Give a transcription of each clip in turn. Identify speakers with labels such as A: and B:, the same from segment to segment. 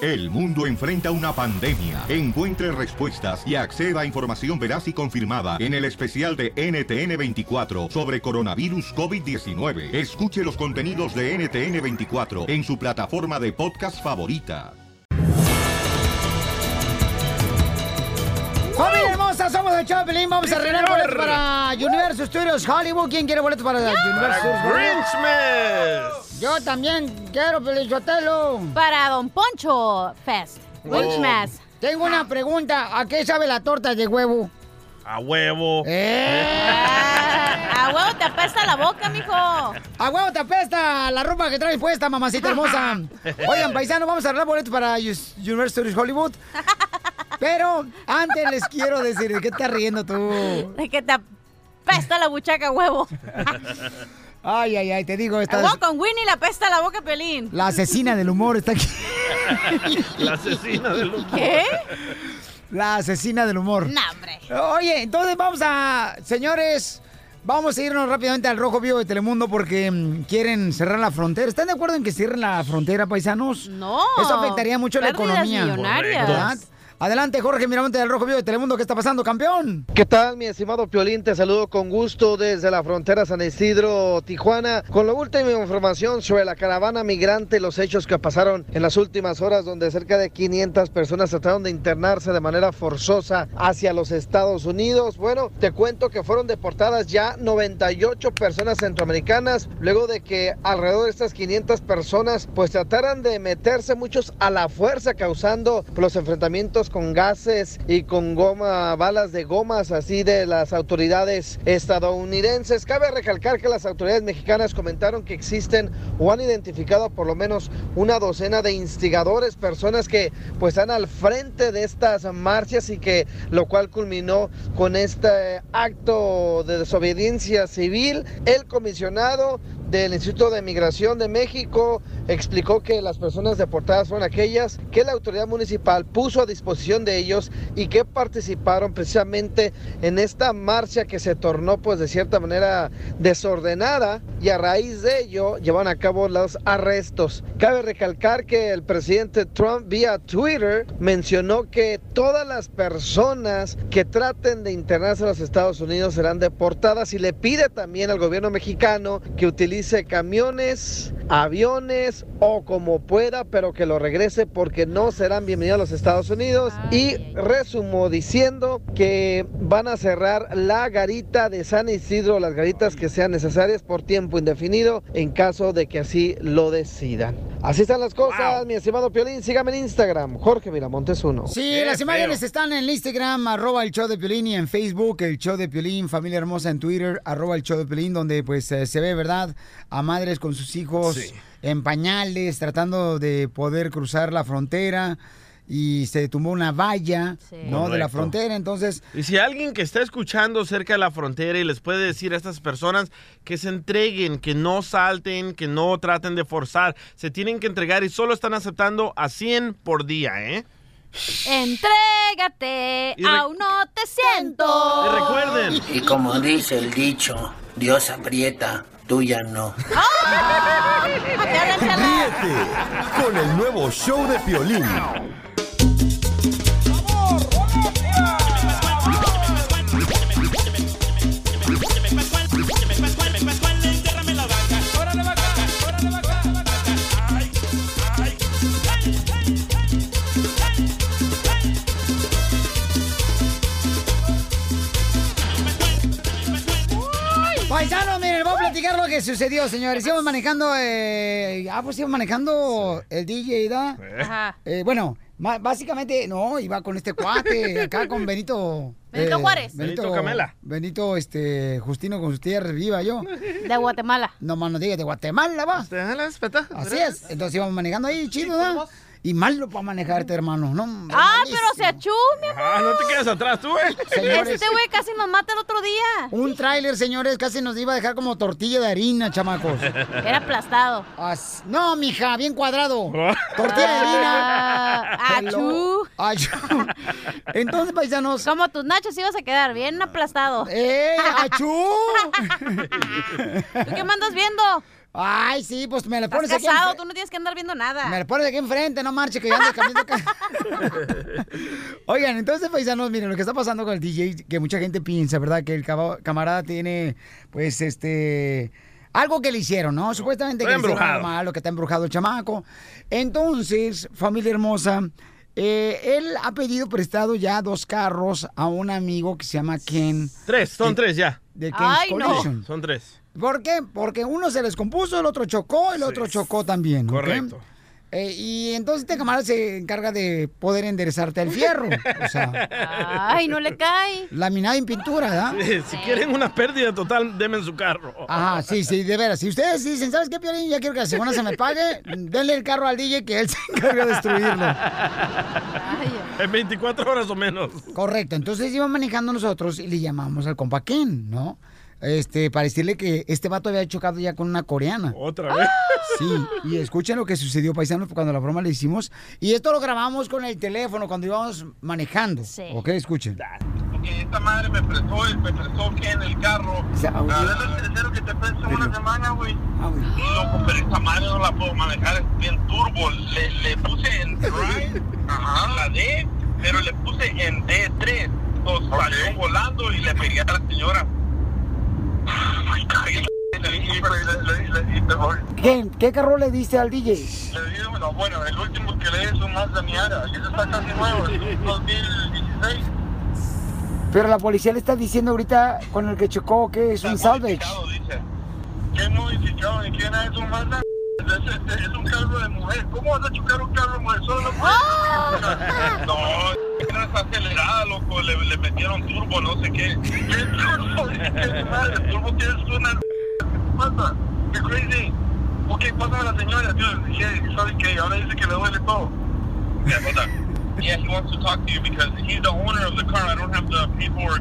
A: El mundo enfrenta una pandemia. Encuentre respuestas y acceda a información veraz y confirmada en el especial de NTN24 sobre coronavirus COVID-19. Escuche los contenidos de NTN24 en su plataforma de podcast favorita.
B: ¡Familia hermosa! Somos el Choplin. Vamos a
C: Sí,
B: arreglar
C: señor.
B: boletos para Universo Studios Hollywood. ¿Quién quiere boletos para Universo Studios
C: Grinchmas.
B: Yo también quiero, Pelichotelo.
D: Para Don Poncho Fest. Winchmas.
B: Tengo una pregunta. ¿A qué sabe la torta de huevo?
C: A huevo.
B: Eh.
D: Ah, a huevo te apesta la boca, mijo.
B: ¡A huevo te apesta la ropa que traes puesta, mamacita hermosa! Oigan, paisano, vamos a arreglar boletos para Us- Universo Studios Hollywood. Pero antes les quiero decir, ¿de qué estás riendo tú?
D: De que te apesta la buchaca, huevo.
B: Ay, ay, ay, te digo,
D: A
B: estás...
D: huevo con Winnie le apesta la boca, Pelín.
B: La asesina del humor está aquí.
C: La asesina del humor.
D: ¿Qué?
B: La asesina del humor.
D: No, hombre.
B: Oye, entonces vamos a, señores, vamos a irnos rápidamente al Rojo Vivo de Telemundo porque mm, quieren cerrar la frontera. ¿Están de acuerdo en que cierren la frontera, paisanos?
D: No.
B: Eso afectaría mucho la
D: Pérdidas
B: economía.
D: millonarias.
B: ¿Verdad? Adelante, Jorge Miramonte del Rojo Vivo de Telemundo. ¿Qué está pasando, campeón?
E: ¿Qué tal, mi estimado Piolín? Te saludo con gusto desde la frontera San Isidro, Tijuana, con la última información sobre la caravana migrante, los hechos que pasaron en las últimas horas, donde cerca de 500 personas trataron de internarse de manera forzosa hacia los Estados Unidos. Bueno, te cuento que fueron deportadas ya 98 personas centroamericanas, luego de que alrededor de estas 500 personas pues trataran de meterse muchos a la fuerza, causando los enfrentamientos con gases y con goma, balas de gomas así de las autoridades estadounidenses. Cabe recalcar que las autoridades mexicanas comentaron que existen o han identificado por lo menos una docena de instigadores, personas que pues están al frente de estas marchas y que lo cual culminó con este acto de desobediencia civil. El comisionado del Instituto de Migración de México explicó que las personas deportadas son aquellas que la autoridad municipal puso a disposición de ellos y que participaron precisamente en esta marcha que se tornó pues de cierta manera desordenada y a raíz de ello llevan a cabo los arrestos. Cabe recalcar que el presidente Trump vía Twitter mencionó que todas las personas que traten de internarse a los Estados Unidos serán deportadas y le pide también al gobierno mexicano que utilice camiones, aviones o como pueda, pero que lo regrese porque no serán bienvenidos a los Estados Unidos.
D: Ay, ay,
E: y resumo diciendo que van a cerrar la garita de San Isidro, las garitas que sean necesarias por tiempo indefinido en caso de que así lo decidan. Así están las cosas, mi estimado Piolín. Sígame en Instagram, Jorge Miramontes 1.
B: Sí,
C: Qué
B: las imágenes
C: feo.
B: están en el Instagram, arroba el show de Piolín, y en Facebook, el show de Piolín, familia hermosa en Twitter, arroba el show de Piolín, donde pues eh, se ve, ¿verdad? A madres con sus hijos
C: Sí.
B: en pañales, tratando de poder cruzar la frontera, y se tumbó una valla,
D: Sí.
B: ¿no? De la
C: Correcto.
B: frontera, entonces...
C: Y si alguien que está escuchando cerca de la frontera y les puede decir a estas personas que se entreguen, que no salten, que no traten de forzar, se tienen que entregar y solo están aceptando a 100 por día, ¿eh?
D: Entrégate,
C: Y re-
D: aún no te siento.
C: Y recuerden,
F: Y como dice el dicho, Dios aprieta, tú ya no.
D: Agárrense a la-
G: Ríete con el nuevo show de Piolín.
B: Paisano, miren, voy a platicar lo que sucedió, señores. Íbamos manejando, eh... ah, pues íbamos manejando el DJ, ¿da?
D: Ajá.
B: Eh, bueno, ma- básicamente, no, iba con este cuate, acá con Benito. eh,
D: Benito Juárez.
C: Benito Camela.
B: Benito, este, Justino con sus tierras, viva yo.
D: De Guatemala.
B: No más nos digas, de Guatemala, va.
C: ¿te dan la espeta?
B: Así es. Entonces íbamos manejando ahí, chido, ¿no? Y malo para manejarte, este hermano. No, hombre,
D: Ah,
B: malísimo.
D: pero se achú, mi amor.
C: Ah, no te quedes atrás tú, ¿eh?
B: Señores,
D: Este güey casi nos mata el otro día.
B: un tráiler, señores, casi nos iba a dejar como tortilla de harina, chamacos.
D: Era aplastado.
B: As- No, mija, bien cuadrado. Tortilla de harina.
D: Ah, achú.
B: Ay, Entonces, paisanos,
D: Como tus nachos ibas a quedar bien aplastado.
B: ¡Eh, achú!
D: ¿Tú qué mandas viendo?
B: Ay, sí, pues me la
D: Estás
B: pones aquí.
D: casado,
B: enf-
D: tú no tienes que andar viendo nada.
B: Me la pones aquí enfrente, no marche, que ya ando cambiando acá. Oigan, entonces, paisanos, miren lo que está pasando con el DJ, que mucha gente piensa, ¿verdad? Que el cava- camarada tiene, pues, este. Algo que le hicieron, ¿no? Supuestamente que
C: Está
B: le hicieron
C: embrujado.
B: algo malo, que está embrujado el chamaco. Entonces, familia hermosa, eh, él ha pedido prestado ya dos carros a un amigo que se llama Ken,
C: Tres, son tres ya.
B: de Ken's
D: Ay, no.
B: Collision.
C: Son tres.
B: ¿Por qué? Porque uno se descompuso, el otro chocó, el otro chocó también. ¿ok?
C: Correcto.
B: Eh, y entonces este camarada se encarga de poder enderezarte al fierro. O sea,
D: Ay, no le cae.
B: laminado en pintura,
D: Ah,
B: ¿verdad?
C: Si quieren una pérdida total, denme su carro.
B: Ajá, sí, sí, de veras. Si ustedes dicen, ¿sabes qué, Piolín? Ya quiero que la segunda se me pague, denle el carro al DJ que él se encarga de destruirlo.
D: Ay,
C: En 24 horas o menos.
B: Correcto, entonces iba manejando nosotros y le llamamos al compa Ken, ¿no? Este, para decirle que este vato había chocado ya con una coreana.
C: Otra vez.
B: Sí, y escuchen lo que sucedió, paisanos, cuando la broma le hicimos. Y esto lo grabamos con el teléfono cuando íbamos manejando.
D: Sí.
B: Ok, escuchen.
H: Porque esta madre me prestó y me prestó que en el carro.
B: Se ahogó.
H: La verdad es el tercero que te presta una semana, Ah, güey. Loco, pero esta madre no la puedo manejar es bien turbo. Le, le puse en drive, la D, pero le puse en D3. Entonces salió volando y le pegué a la señora. Ay, cagué. Le dije, pero le- le- le- le-
B: ¿Qué, ¿Qué carro le diste al DJ?
H: le digo, bueno, bueno, el último que le es un Mazda Miata, y eso está casi nuevo, es un 2016.
B: Pero la policía le está diciendo ahorita con el que chocó que es un salvage.
H: modificado, dice. ¿Qué modificado? ¿Y quién es un Mazda? Es, este, es- es un carro de mujer. ¿Cómo vas a chocar un carro de mujer solo? pues? No, era acelerada, loco. Le, le metieron turbo, no sé qué. ¿Qué turbo? ¿Qué madre? ¿Turbo que es una... ¿Qué pasa? ¿Qué crazy? Ok, pasa a la señora, dude. Yeah, ¿sabes qué? Ahora dice que le duele todo. Yeah, hold on. Yeah, he wants to talk to you because he's the owner of the car. I don't have the paperwork.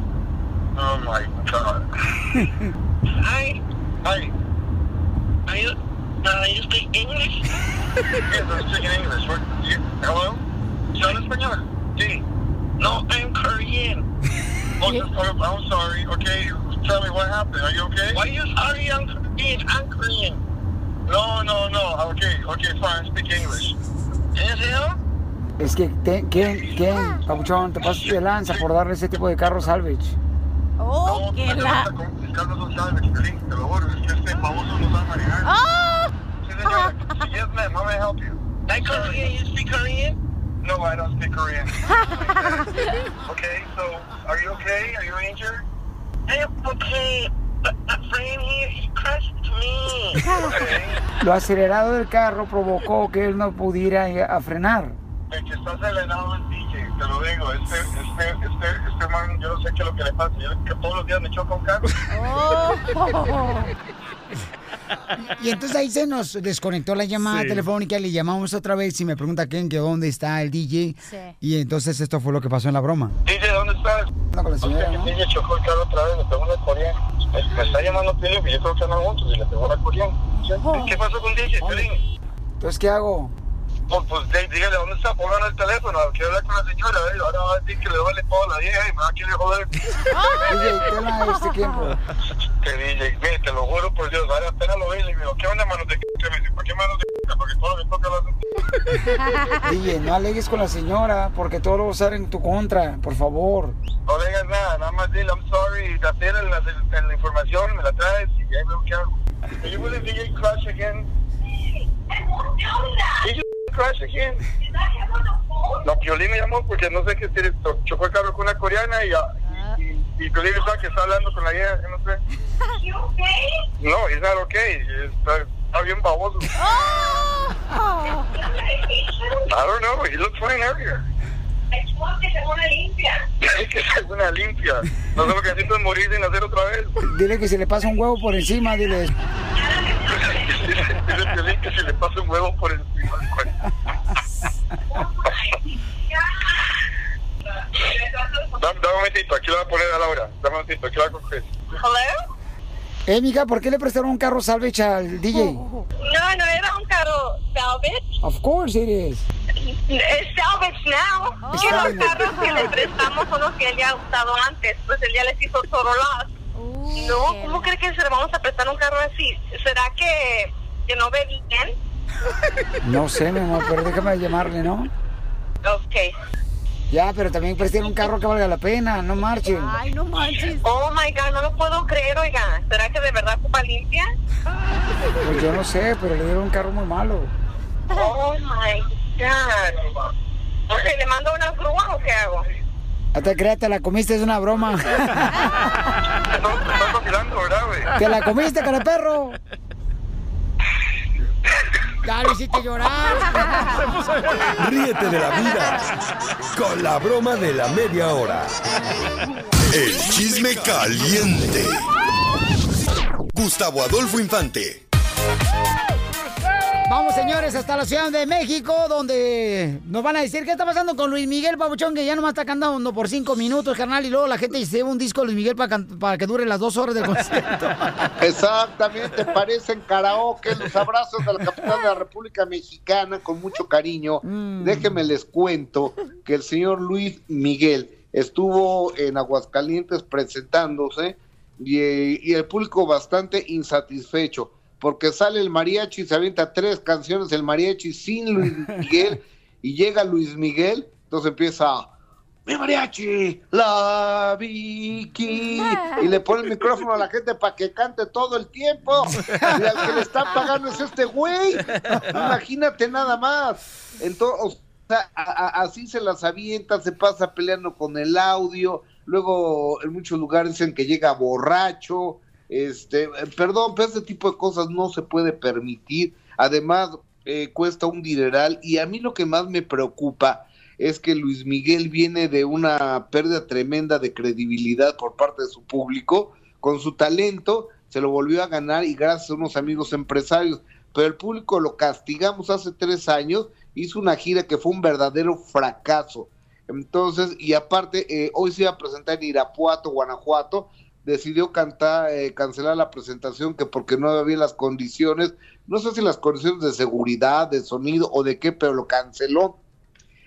H: Oh my god. Hi. Hi. Are you, uh, you speak English? yes, I'm speaking English. What, you, hello? ¿Yo hablo español? Sí. No, I'm Korean. Oh, so- oh, I'm sorry. Okay, tell me what happened. Are you okay? Why are you sorry? I'm Korean. I'm Korean. No, no, no. Okay, okay, fine. Speak English. ¿Es él?
B: Es que, te- ¿quién, quién, Papuchón, te pasas de lanza por darle ese tipo de carro salvage?
D: Oh,
H: no,
D: que
H: no,
D: la.
H: no, con- Carlos no sabe, Piolín, te lo juro, es que este baboso no sabe manejar.
D: ¡Oh!
H: Sí, señora. Yes, ma'am. How may I help you? I Korean. You speak Korean? No, I don't speak Korean. okay, so are you okay? Are you injured? I'm okay, but a friend here, he crushed me. Okay.
B: Lo acelerado del carro provocó que él no pudiera eh, a frenar.
H: El que está acelerado es DJ, te lo digo. Este, este, este, este man, yo no sé qué es lo que le pasa. Yo que todos los días me choca un carro.
D: ¡Oh!
B: Y entonces ahí se nos desconectó la llamada
C: Sí.
B: telefónica, le llamamos otra vez y me pregunta quién, que dónde está el DJ.
D: Sí.
B: Y entonces esto fue lo que pasó en la broma.
H: DJ, ¿dónde estás?
B: Hablando con la señora,
H: que
B: ¿no?
H: DJ chocó el carro otra vez, le pegó una coreana. El- Me está llamando Piolín, y yo creo que andan juntos y le pegó la coreana. ¿Qué pasó con DJ, Piolín?
B: Entonces, ¿qué hago?
H: Pues, pues de- dígale, ¿dónde está? Póngale el teléfono, quiero hablar con la señora. eh, Ahora va a decir que le duele toda la vieja y me va a querer joder.
B: DJ, tela este tiempo.
H: Que DJ, mire, te lo juro por Dios, vale, apenas lo vi, le digo, ¿qué onda, manos de c***? Me dice, ¿para qué manos de c***? Porque todo lo que toca lo hace.
B: DJ, no alegues con la señora porque todo lo va a usar en tu contra, por favor.
H: No le digas nada, nada más dile, I'm sorry, la tienes en la, en la información, me la traes y ahí veo qué hago. Did you really DJ crash again? Did you crash again? No, Piolín me llamó porque no sé qué tiene, to- chocó el carro con una coreana y, y, y, y Piolín está que está hablando con la vieja, yo no sé. No, he's not okay, está, está bien baboso.
D: ¡Oh!
H: I don't know, he looked fine earlier. Es que es una limpia. No sé lo que siento es morir sin hacer otra vez.
B: Dile que se le pasa un huevo por encima, dile.
H: Dice Piolín que si le pasa un huevo por encima del cuello. Dame, dame un momentito, aquí lo voy a poner a Laura. Dame un momentito, aquí lo voy a coger.
I: Hello?
B: Eh, mija, ¿por qué le prestaron un carro salvage al DJ?
I: No, no era un carro salvage.
B: Of course it is.
I: Es salvage now.
D: Oh.
I: Que los carros que le prestamos son los que él ya ha usado antes. Pues él ya les hizo sorolas.
D: Uh,
I: No,
D: que
I: ¿cómo
D: la-
I: cree que se le vamos a prestar un carro así? ¿Será que que no bebían.
B: No sé, mi amor, pero déjame llamarle, ¿no?
I: Ok.
B: Ya, pero también presten un carro que valga la pena, no marchen.
I: Ay, no manches. Oh my god, no lo puedo creer, oiga. ¿Será que de verdad Copa Limpia?
B: Pues yo no sé, pero le dieron un carro muy malo.
I: Oh my god. O sea, ¿le mando una grúa o qué hago?
B: No te creas, te la comiste, es una broma. Te la comiste, cara de perro. Ya lo hiciste llorar.
G: Ríete de la vida con la broma de la media hora. El chisme caliente. Gustavo Adolfo Infante.
B: Vamos, señores, hasta la Ciudad de México, donde nos van a decir qué está pasando con Luis Miguel Pabuchón, que ya nomás está cantando por cinco minutos, carnal, y luego la gente se lleva un disco de Luis Miguel para, can- para que dure las dos horas del concierto.
J: Exactamente, parecen karaoke, los abrazos de la capital de la República Mexicana con mucho cariño.
B: Mm.
J: Déjenme les cuento que el señor Luis Miguel estuvo en Aguascalientes presentándose y, eh, y el público bastante insatisfecho porque sale el mariachi y se avienta tres canciones el mariachi sin Luis Miguel y llega Luis Miguel, entonces empieza mi mariachi, la Vicky. Y le pone el micrófono a la gente para que cante todo el tiempo. Y al que le está pagando es este güey. Imagínate nada más. Entonces, o sea, a- a- así se las avienta, se pasa peleando con el audio. Luego, en muchos lugares dicen que llega borracho. Este, eh, perdón, pero ese tipo de cosas no se puede permitir. Además, eh, cuesta un dineral. Y a mí lo que más me preocupa es que Luis Miguel viene de una pérdida tremenda de credibilidad por parte de su público. Con su talento se lo volvió a ganar y gracias a unos amigos empresarios. Pero el público lo castigamos hace tres años, hizo una gira que fue un verdadero fracaso. Entonces, y aparte, eh, hoy se iba a presentar en Irapuato, Guanajuato, decidió cantar, eh, cancelar la presentación que porque no había las condiciones, no sé si las condiciones de seguridad, de sonido o de qué, pero lo canceló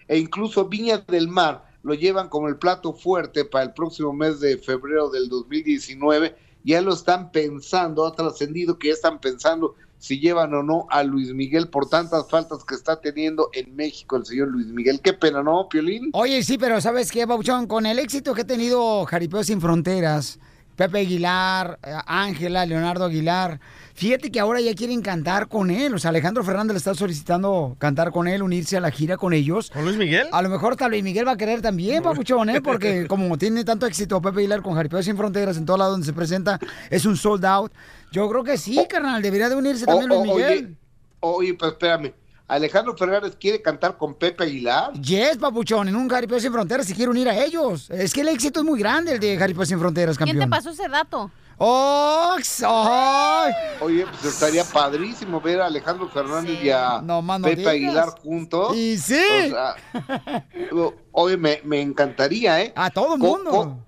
J: e incluso Viña del Mar lo llevan como el plato fuerte para el próximo mes de febrero del 2019. Ya lo están pensando, ha trascendido que ya están pensando si llevan o no a Luis Miguel por tantas faltas que está teniendo en México el señor Luis Miguel. Qué pena, ¿no, Piolín?
B: Oye, sí, pero ¿sabes qué, Pabuchón? Con el éxito que ha tenido Jaripeo Sin Fronteras, Pepe Aguilar, eh, Ángela, Leonardo Aguilar, fíjate que ahora ya quieren cantar con él. O sea, Alejandro Fernández le está solicitando cantar con él, unirse a la gira con ellos.
C: ¿Con Luis Miguel?
B: A lo mejor tal Luis Miguel va a querer también, Pabuchón, ¿eh? Porque como tiene tanto éxito Pepe Aguilar con Jaripeo Sin Fronteras en todo lado donde se presenta, es un sold out. Yo creo que sí, carnal, debería de unirse también
J: O- o-
B: Luis Miguel.
J: Oye, oye, pues espérame. Alejandro Fernández quiere cantar con Pepe Aguilar.
B: Yes, papuchón, en un Jaripeo sin fronteras se quieren unir a ellos. Es que el éxito es muy grande el de Jaripeo sin fronteras,
D: ¿Quién te
B: campeón.
D: pasó ese dato?
B: ¡Ox! ¡Ay!
J: Oye, pues estaría padrísimo ver a Alejandro Fernández y a
B: No más no
J: Pepe
B: digas.
J: Aguilar juntos.
B: Y sí.
J: O sea, o- oye, me, me encantaría, ¿eh?
B: A todo mundo.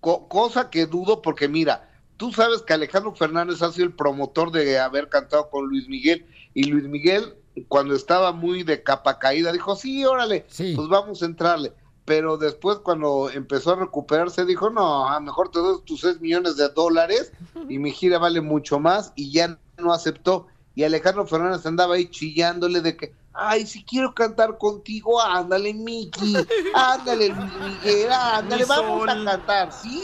J: cosa que dudo porque mira, tú sabes que Alejandro Fernández ha sido el promotor de haber cantado con Luis Miguel y Luis Miguel cuando estaba muy de capa caída dijo, sí, órale, pues vamos a entrarle. Pero después cuando empezó a recuperarse dijo, no, a lo mejor te doy tus 6 millones de dólares y mi gira vale mucho más y ya no aceptó. Y Alejandro Fernández andaba ahí chillándole de que, ay, si quiero cantar contigo, ándale, Miki, ándale, Luis Miguel, ándale,
B: Mi
J: vamos a
B: sol.
J: cantar, sí,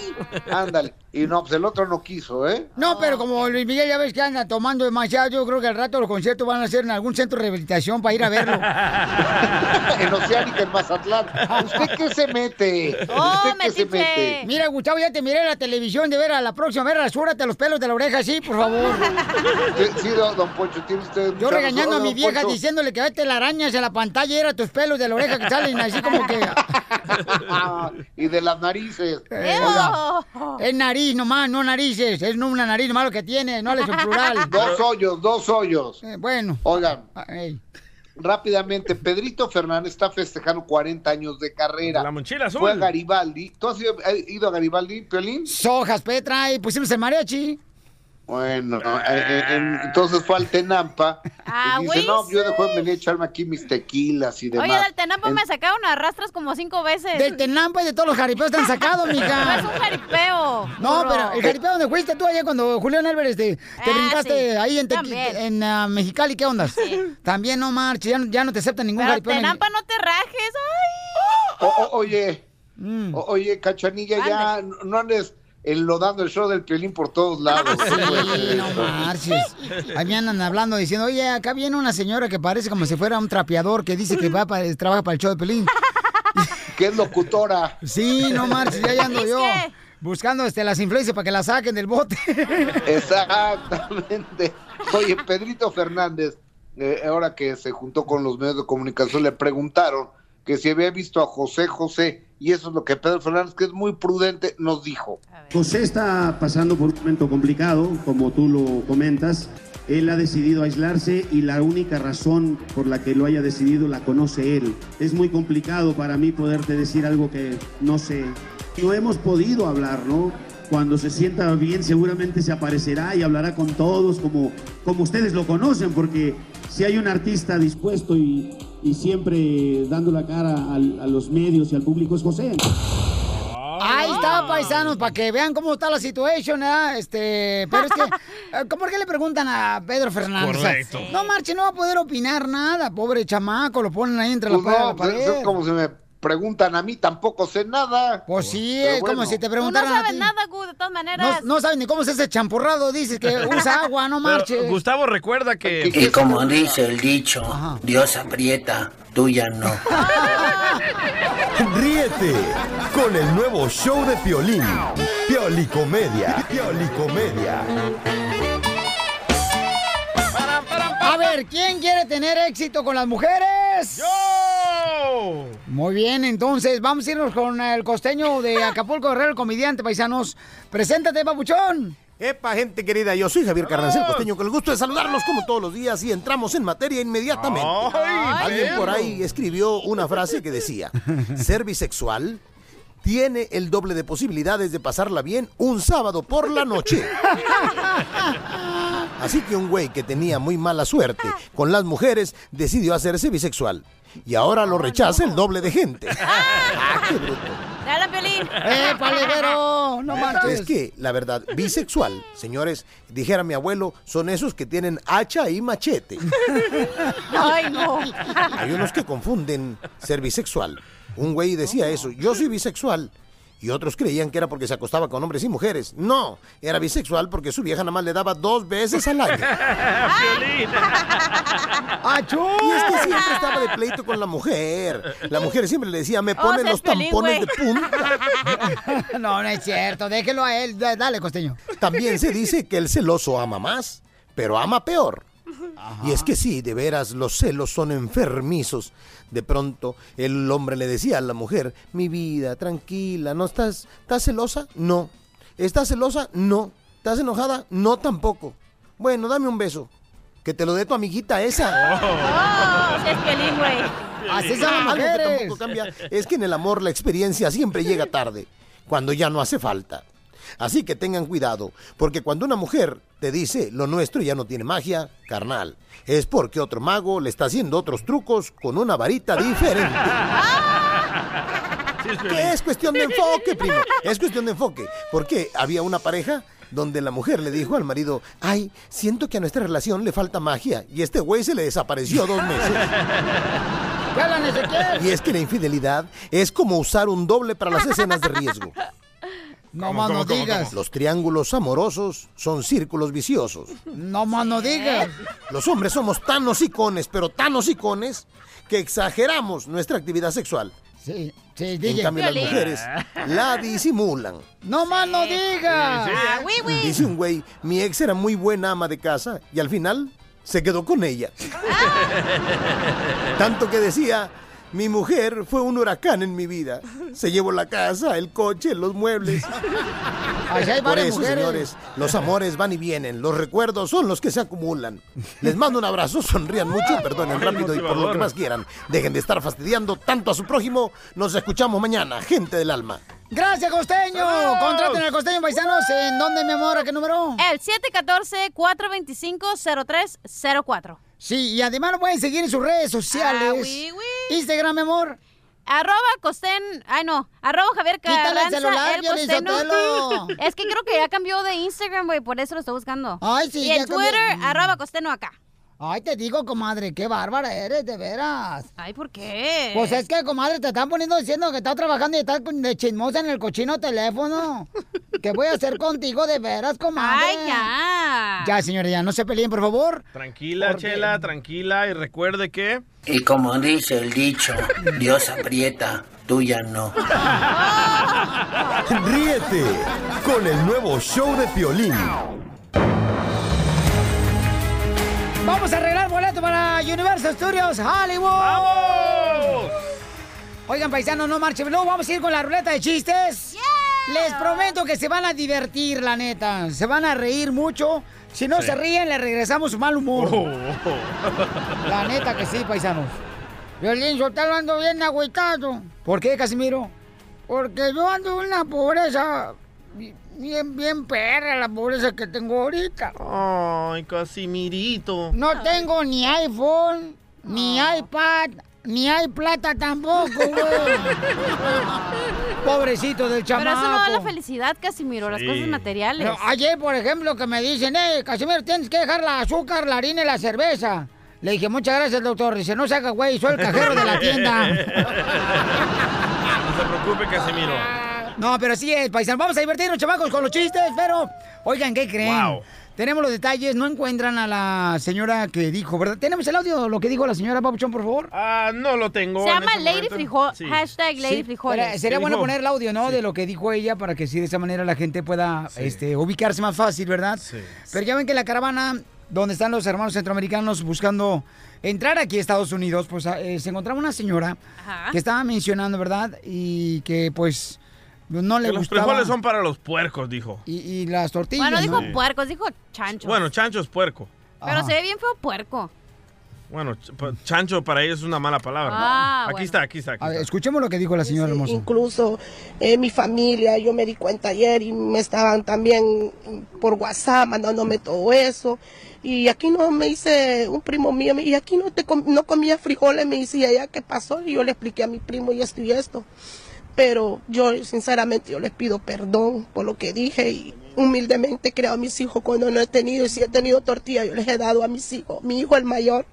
J: ándale. Y no, pues el otro no quiso, ¿eh?
B: No, pero como Luis Miguel ya ves que anda tomando demasiado, yo creo que al rato los conciertos van a ser en algún centro de rehabilitación para ir a verlo.
J: en Oceánica, en Mazatlán. ¿Usted qué se mete?
D: Oh,
J: ¿Usted qué se mete?
B: Mira, Gustavo, ya te miré en la televisión de ver a la próxima vez, rasúrate los pelos de la oreja, sí, por favor.
J: Sí, Sí, don, don Poncho, tiene usted... mucha
B: Yo
J: razón,
B: regañando a mi
J: don
B: vieja
J: Poncho.
B: diciéndole que vete telarañas en la pantalla y era tus pelos de la oreja que salen así como que
J: Ah, y de las narices.
B: Eh, oiga, es nariz nomás, no narices. Es una nariz nomás lo que tiene, no le es un plural. Eh,
J: Dos hoyos, dos hoyos.
B: bueno. Ah,
J: Oigan. Rápidamente, Pedrito Fernández está festejando 40 años de carrera. La
C: mochila
J: Fue a eh, Garibaldi. ¿Tú has ido, has ido a Garibaldi, Piolín?
B: Sojas, Petra, y pusimos el mariachi.
J: Bueno, eh, eh, en- entonces fue al Tenampa
D: Ah,
J: y dice,
D: güey,
J: no, yo
D: sí.
J: después me voy a echarme aquí mis tequilas y demás.
D: Oye, del Tenampa
J: En-
D: me sacaron a rastras como cinco veces.
B: Del Tenampa y de todos los jaripeos te han sacado,
D: No es
B: mija.
D: un jaripeo.
B: No,
D: burro.
B: pero el jaripeo donde fuiste tú ayer cuando Julián Álvarez te, te
D: Ah,
B: brincaste
D: sí,
B: ahí en, Tequi-
D: también.
B: en ah, Mexicali, ¿qué onda? También no marches, ya, no- ya no te aceptan ningún
D: Pero
B: jaripeo. en-
D: Tenampa no te rajes.
J: O- o- oye,
B: Mm.
J: o- oye, Cachanilla, ya no no andes enlodando el show del piolín por todos lados.
B: Sí, no marches. Ahí me andan hablando diciendo, oye, acá viene una señora que parece como si fuera un trapeador que dice que va para, trabaja para el show de Pelín.
J: Que es locutora.
B: Sí, no marches, ya, ya ando yo. Buscando este, las influencias para que las saquen del bote.
J: Exactamente. Oye, Pedrito Fernández, eh, ahora que se juntó con los medios de comunicación, le preguntaron que si había visto a José José, y eso es lo que Pedro Fernández, que es muy prudente, nos dijo.
K: José está pasando por un momento complicado, como tú lo comentas. Él ha decidido aislarse y la única razón por la que lo haya decidido la conoce él. Es muy complicado para mí poderte decir algo que no sé. No hemos podido hablar, ¿no? Cuando se sienta bien seguramente se aparecerá y hablará con todos como, como ustedes lo conocen, porque si hay un artista dispuesto y, y siempre dando la cara al- a los medios y al público es José.
D: Ah.
B: Ahí está, paisanos, para que vean cómo está la situación, ¿verdad? Este, pero es que, eh, ¿cómo- ¿por qué le preguntan a Pedro Fernández? O sea,
J: Correcto.
B: no marche, no va a poder opinar nada, pobre chamaco, lo ponen ahí entre
J: Pues
B: la,
J: no,
B: pared.
J: pues eso es como si me preguntan a mí, tampoco sé nada.
B: Pues sí,
J: Pero
B: es como
J: bueno.
B: si
D: Tú
B: te
D: no
B: preguntaran a
D: sabes
B: ti.
D: nada, Gu, de todas
B: No,
D: maneras.
B: no saben ni cómo es ese champurrado, dices que usa agua, no
C: Pero,
B: marches.
C: Gustavo, recuerda que...
F: Y como dice el dicho, Dios aprieta, tuya no.
G: Ríete con el nuevo show de Piolín. Piolicomedia. Piolicomedia.
B: A ver, ¿quién quiere tener éxito con las mujeres? ¡Yo! Muy bien, entonces vamos a irnos con el costeño de Acapulco Guerrero, el comediante, paisanos. Preséntate, papuchón. Oh.
L: Epa, gente querida, yo soy Javier Carrancel Costeño, con el gusto de saludarlos como todos los días y entramos en materia inmediatamente.
H: ¡Ay,
L: Alguien por
H: perro!
L: ahí escribió una frase que decía, ser bisexual tiene el doble de posibilidades de pasarla bien un sábado por la noche. Así que un güey que tenía muy mala suerte con las mujeres decidió hacerse bisexual y ahora lo rechaza el doble de gente. Ah, qué bruto.
D: Dale, Pelín.
B: ¡Eh, palivero! No marches.
L: Es que, la verdad, bisexual, señores, dijera mi abuelo, son esos que tienen hacha y machete.
D: Ay, no.
L: Hay unos que confunden ser bisexual. Un güey decía eso, yo soy bisexual. Y otros creían que era porque se acostaba con hombres y mujeres. No, era bisexual porque su vieja nada más le daba dos veces al año. Y es que siempre estaba de pleito con la mujer. La mujer siempre le decía, me
B: Oh,
L: ponen
B: ese
L: los
B: es Piolín,
L: tampones de
B: güey.
L: punta.
B: No, no es cierto, déjelo a él. Da- Dale, costeño.
L: También se dice que el celoso ama más, pero ama peor. Y es que sí, de veras, los celos son enfermizos. De pronto, el hombre le decía a la mujer, mi vida, tranquila, ¿no estás, estás celosa? No. ¿Estás celosa? No. ¿Estás enojada? No tampoco. Bueno, dame un beso. Que te lo dé tu amiguita esa.
D: Oh, si es Pelín, güey.
B: Así son las
L: Algo que
B: mujeres.
L: tampoco cambia es que en el amor la experiencia siempre llega tarde, cuando ya no hace falta. Así que tengan cuidado, porque cuando una mujer te dice lo nuestro ya no tiene magia, carnal, es porque otro mago le está haciendo otros trucos con una varita diferente.
B: Ah,
L: Que es cuestión de enfoque, primo. Es cuestión de enfoque. Porque había una pareja donde la mujer le dijo al marido, ay, siento que a nuestra relación le falta magia. Y este güey se le desapareció dos meses. Y es que la infidelidad es como usar un doble para las escenas de riesgo.
B: No más no digas.
L: Los triángulos amorosos son círculos viciosos.
B: No más no digas.
L: Los hombres somos tan hocicones, pero tan hocicones, que exageramos nuestra actividad sexual.
B: Sí, sí,
L: En
B: DJ.
L: cambio, las
B: Violín.
L: mujeres la disimulan.
B: No más no digas.
L: Ah, Dice un güey, mi ex era muy buena ama de casa y al final se quedó con ella. Tanto que decía, mi mujer fue un huracán en mi vida. Se llevó la casa, el coche, los muebles.
B: Allá hay
L: Por
B: varias
L: eso,
B: mujeres.
L: señores, los amores van y vienen, los recuerdos son los que se acumulan. Les mando un abrazo, sonrían mucho, perdonen rápido y por lo que más quieran. Dejen de estar fastidiando tanto a su prójimo. Nos escuchamos mañana, gente del alma.
B: Gracias, costeño. Contraten al costeño paisanos. ¿En dónde, mi amor? ¿A qué número?
D: El 714-425-0304.
B: Sí, y además lo pueden seguir en sus redes
D: Ah,
B: sociales. Instagram, mi amor.
D: Arroba Costen, ay no, arroba Javier
B: Quítale el
D: Carranza,
B: celular,
D: el
B: Piolín
D: Costeño.
B: Sotelo.
D: Es que creo que ya cambió de Instagram, güey, por eso lo estoy buscando.
B: Ay, sí,
D: Y
B: ya
D: en
B: cambió.
D: Twitter, arroba Costeno acá.
B: Ay, te digo, comadre, qué bárbara eres, de veras.
D: Ay, ¿por qué?
B: Pues es que, comadre, te están poniendo diciendo que estás trabajando y estás con- de chismosa en el cochino teléfono. ¿Qué voy a hacer contigo, de veras, comadre?
D: Ay, ya.
B: Ya, señores, ya, no se peleen, por favor.
C: Tranquila, Chela, tranquila y recuerde que...
F: Y como dice el dicho, Dios aprieta, tú ya no.
G: Ríete con el nuevo show de Piolín.
B: Vamos a arreglar boleto para Universal Studios Hollywood. ¡Vamos! Oigan, paisanos, no marchen. No, vamos a ir con la ruleta de chistes. Les prometo que se van a divertir, la neta. Se van a reír mucho. Si no
H: Sí.
B: se ríen, le regresamos su mal humor. La neta que sí, paisanos. Violín, yo te lo ando bien agüitado. ¿Por qué, Casimiro? Porque yo ando en una pobreza bien, bien perra, la pobreza que tengo ahorita.
C: Ay, Casimirito.
D: Ah.
B: No tengo ni iPhone, ni iPad, ni hay plata tampoco, güey. Pobrecito del
D: Pero
B: chamaco.
D: eso no da la felicidad, Casimiro, las
B: Sí.
D: cosas materiales.
B: No, ayer, por ejemplo, que me dicen, eh, Casimiro, tienes que dejar la azúcar, la harina y la cerveza. Le dije, muchas gracias, doctor. Dice, no se haga, güey, soy el cajero de la tienda.
C: No se preocupe, Casimiro.
B: No, pero sí es, paisano. Vamos a divertirnos, chamacos, con los chistes, pero... Oigan, ¿qué creen?
C: Wow.
B: Tenemos los detalles, no encuentran a la señora que dijo, ¿verdad? ¿Tenemos el audio, lo que dijo la señora Papuchón, por favor?
C: Ah, no lo tengo.
D: Se
C: en
D: llama
C: este
D: Lady
C: momento.
D: Frijol, hashtag Lady
B: Sí,
D: Frijoles.
B: pero Sería bueno poner el audio, ¿no? De lo que dijo ella para que sí, de esa manera la gente pueda este, ubicarse más fácil, ¿verdad? Pero ya ven que la caravana donde están los hermanos centroamericanos buscando entrar aquí a Estados Unidos, pues eh, se encontraba una señora
C: Ajá.
B: que estaba mencionando, ¿verdad? Y que pues no le
C: Que los
B: gustaba.
C: frijoles son para los puercos, dijo.
B: Y, y las tortillas,
D: Bueno, dijo
B: ¿no? Ah.
D: puercos, dijo chanchos.
C: Bueno, chancho es puerco.
D: Pero se ve bien feo puerco.
C: Bueno, ch- pa- chancho para ellos es una mala palabra.
D: Ah,
C: aquí
D: bueno.
C: está, aquí está. Aquí
B: A ver,
C: está.
B: escuchemos lo que dijo la señora hermosa.
M: Incluso eh, mi familia, yo me di cuenta ayer y me estaban también por WhatsApp mandándome todo eso. Y aquí no me dice un primo mío, me- y aquí no, te com- no comía frijoles, me dice, ¿y allá qué pasó? Y yo le expliqué a mi primo y esto y esto. Pero yo, sinceramente, yo les pido perdón por lo que dije y humildemente he creado a mis hijos cuando no he tenido, y si he tenido tortilla, yo les he dado a mis hijos. Mi hijo, el mayor,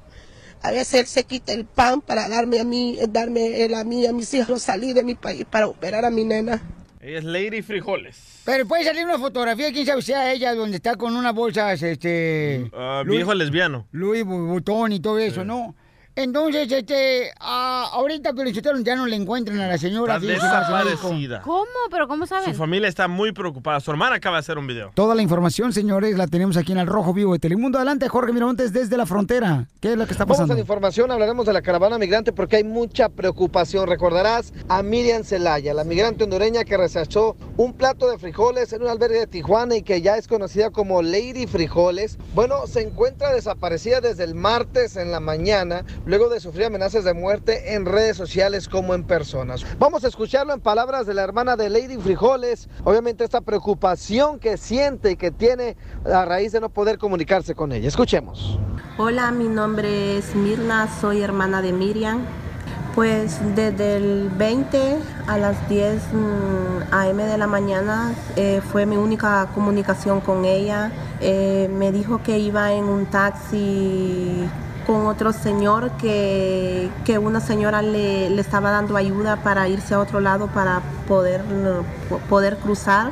M: a veces él se quita el pan para darme a mí, eh, darme él a mí, a mis hijos, salir de mi país para operar a mi nena.
C: Ella es Lady Frijoles.
B: Pero puede salir una fotografía, quién sabe, sea ella, donde está con una bolsa, este...
C: Ah,
B: Luis-
C: viejo lesbiano.
B: Luis Butón y todo eso, ¿no? Entonces, este, ah, ahorita Pelichotero ya no le encuentran a la señora.
C: Está
B: fíjense, la señora dijo.
C: desaparecida.
D: ¿Cómo? ¿Pero cómo
C: Su
D: saben?
C: familia está muy preocupada. Su hermana acaba de hacer un video.
B: Toda la información, señores, la tenemos aquí en el Rojo Vivo de Telemundo. Adelante, Jorge Miramontes, desde la frontera. ¿Qué es lo que está
E: Vamos
B: pasando?
E: a la información, hablaremos de la caravana migrante porque hay mucha preocupación. Recordarás a Miriam Celaya, la migrante hondureña que rechazó un plato de frijoles en un albergue de Tijuana y que ya es conocida como Lady Frijoles. Bueno, se encuentra desaparecida desde el martes en la mañana, luego de sufrir amenazas de muerte en redes sociales como en personas. Vamos a escucharlo en palabras de la hermana de Lady Frijoles. Obviamente esta preocupación que siente y que tiene a raíz de no poder comunicarse con ella. Escuchemos.
N: Hola, mi nombre es Mirna, soy hermana de Miriam. Pues desde el 20 a las 10 mm, AM de la mañana eh, fue mi única comunicación con ella. Eh, me dijo que iba en un taxi con otro señor que, que una señora le, le estaba dando ayuda para irse a otro lado para poder, mm, poder cruzar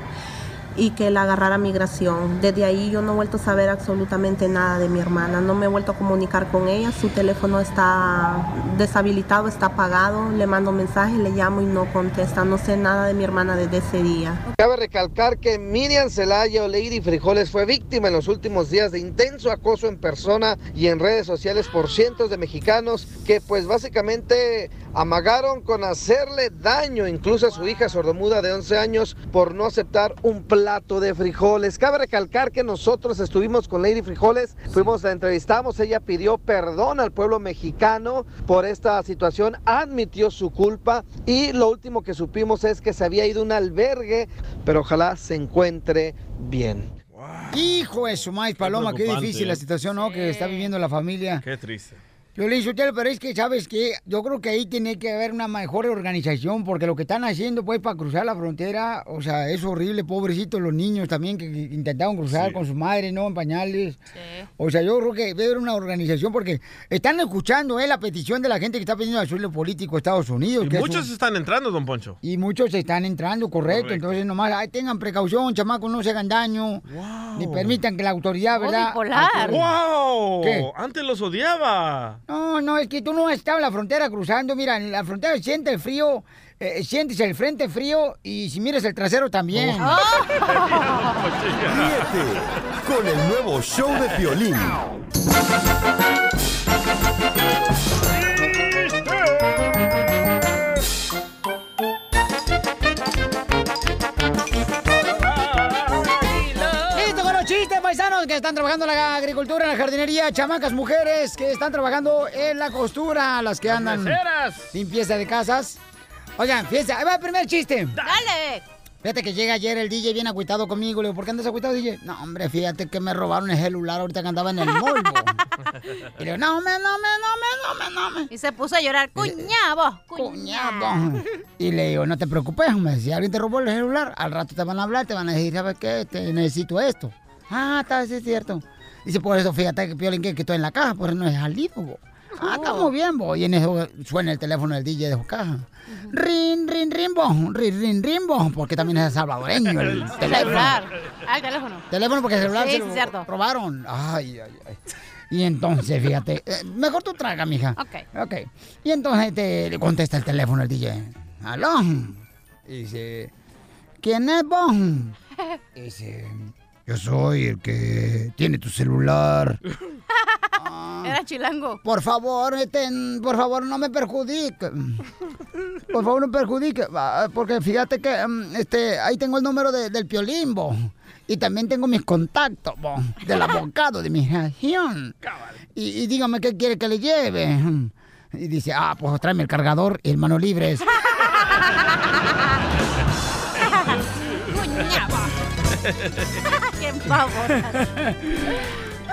N: y que la agarrara migración. Desde ahí yo no he vuelto a saber absolutamente nada de mi hermana, no me he vuelto a comunicar con ella, su teléfono está deshabilitado, está apagado, le mando mensajes, le llamo y no contesta, no sé nada de mi hermana desde ese día.
E: Cabe recalcar que Miriam Celaya o Lady Frijoles fue víctima en los últimos días de intenso acoso en persona y en redes sociales por cientos de mexicanos que pues básicamente amagaron con hacerle daño incluso a su hija sordomuda de 11 años por no aceptar un plato de frijoles. Cabe recalcar que nosotros estuvimos con Lady Frijoles, fuimos, la entrevistamos, ella pidió perdón al pueblo mexicano por esta situación, admitió su culpa y lo último que supimos es que se había ido a un albergue, pero ojalá se encuentre bien.
B: Hijo de su maíz, Paloma, qué,
E: preocupante,
B: difícil
E: ¿eh?
B: la situación ¿no? que está viviendo la familia.
C: Qué triste.
B: Yo le insulté, pero es que, ¿sabes qué? Yo creo que ahí tiene que haber una mejor organización, porque lo que están haciendo, pues, para cruzar la frontera, o sea, es horrible, pobrecitos los niños también que intentaron cruzar
O: Sí.
B: con sus madres, ¿no? En pañales. O sea, yo creo que debe haber una organización, porque están escuchando, ¿eh? La petición de la gente que está pidiendo asilo político a Estados Unidos. que es
C: Muchos
B: un-
C: están entrando, don Poncho.
B: y muchos están entrando, correcto.
C: Correcto.
B: Entonces, nomás, ay, tengan precaución, chamacos, no se hagan daño. Ni permitan que la autoridad,
C: Oh,
B: ¿verdad? Actúe.
C: ¡Wow!
B: ¿Qué?
C: Antes los odiaba.
B: No, no, es que tú no has estado en la frontera cruzando. Mira, en la frontera siente el frío, eh, sientes el frente frío y si miras el trasero también.
G: Ríete con el nuevo show de violín.
B: Ah. Listo con los chistes, paisanos, que están trabajando en la agricultura, en la jardinería, chamacas, mujeres que están trabajando en la costura, las que andan.
C: meseras.
B: Limpieza de casas. Oigan, fíjense, ahí va el primer chiste.
D: Dale.
B: Fíjate que llega ayer el DJ bien agüitado conmigo. Le digo, ¿por qué andas agüitado, DJ? No, hombre, fíjate que me robaron el celular ahorita que andaba en el mall. bo". Y le digo, no, me, no, me, no, me, no, me, no, me.
D: Y se puso a llorar. Cuñabo, cuñabo.
B: Y le digo, no te preocupes, me si alguien te robó el celular, al rato te van a hablar, te van a decir, ¿sabes qué? Te necesito esto. Ah, está, sí es cierto. Dice, por eso fíjate que Piolín que quitó en la caja, por eso no es salido, bo.
D: Oh.
B: Ah, está muy bien, bo. Y en eso suena el teléfono del DJ de su caja. Rin, rin, rimbo, rin, rin, rimbo, porque también es salvadoreño el
D: Celular.
B: teléfono.
D: Ah, el teléfono.
B: Teléfono porque el celular
D: Sí,
B: se
D: sí,
B: lo
D: cierto.
B: robaron. Ay, ay, ay. Y entonces, fíjate, eh, mejor tú traga, mija. Ok. este, Ok. Y entonces te, le contesta el teléfono el DJ. ¿Aló? Y dice, ¿quién es vos? Y dice, yo soy el que tiene tu celular.
D: Era chilango.
B: Por favor, ten- por favor, no me perjudique. Por favor, no me perjudique. Ah, Porque fíjate que mm, este, ahí tengo el número de- del piolimbo. Y también tengo mis contactos, bo, del abogado de mi región. Y, y dígame qué quiere que le lleve. Y dice, ah, pues tráeme el cargador y el mano libre.
D: Cuñabo. Qué pavor.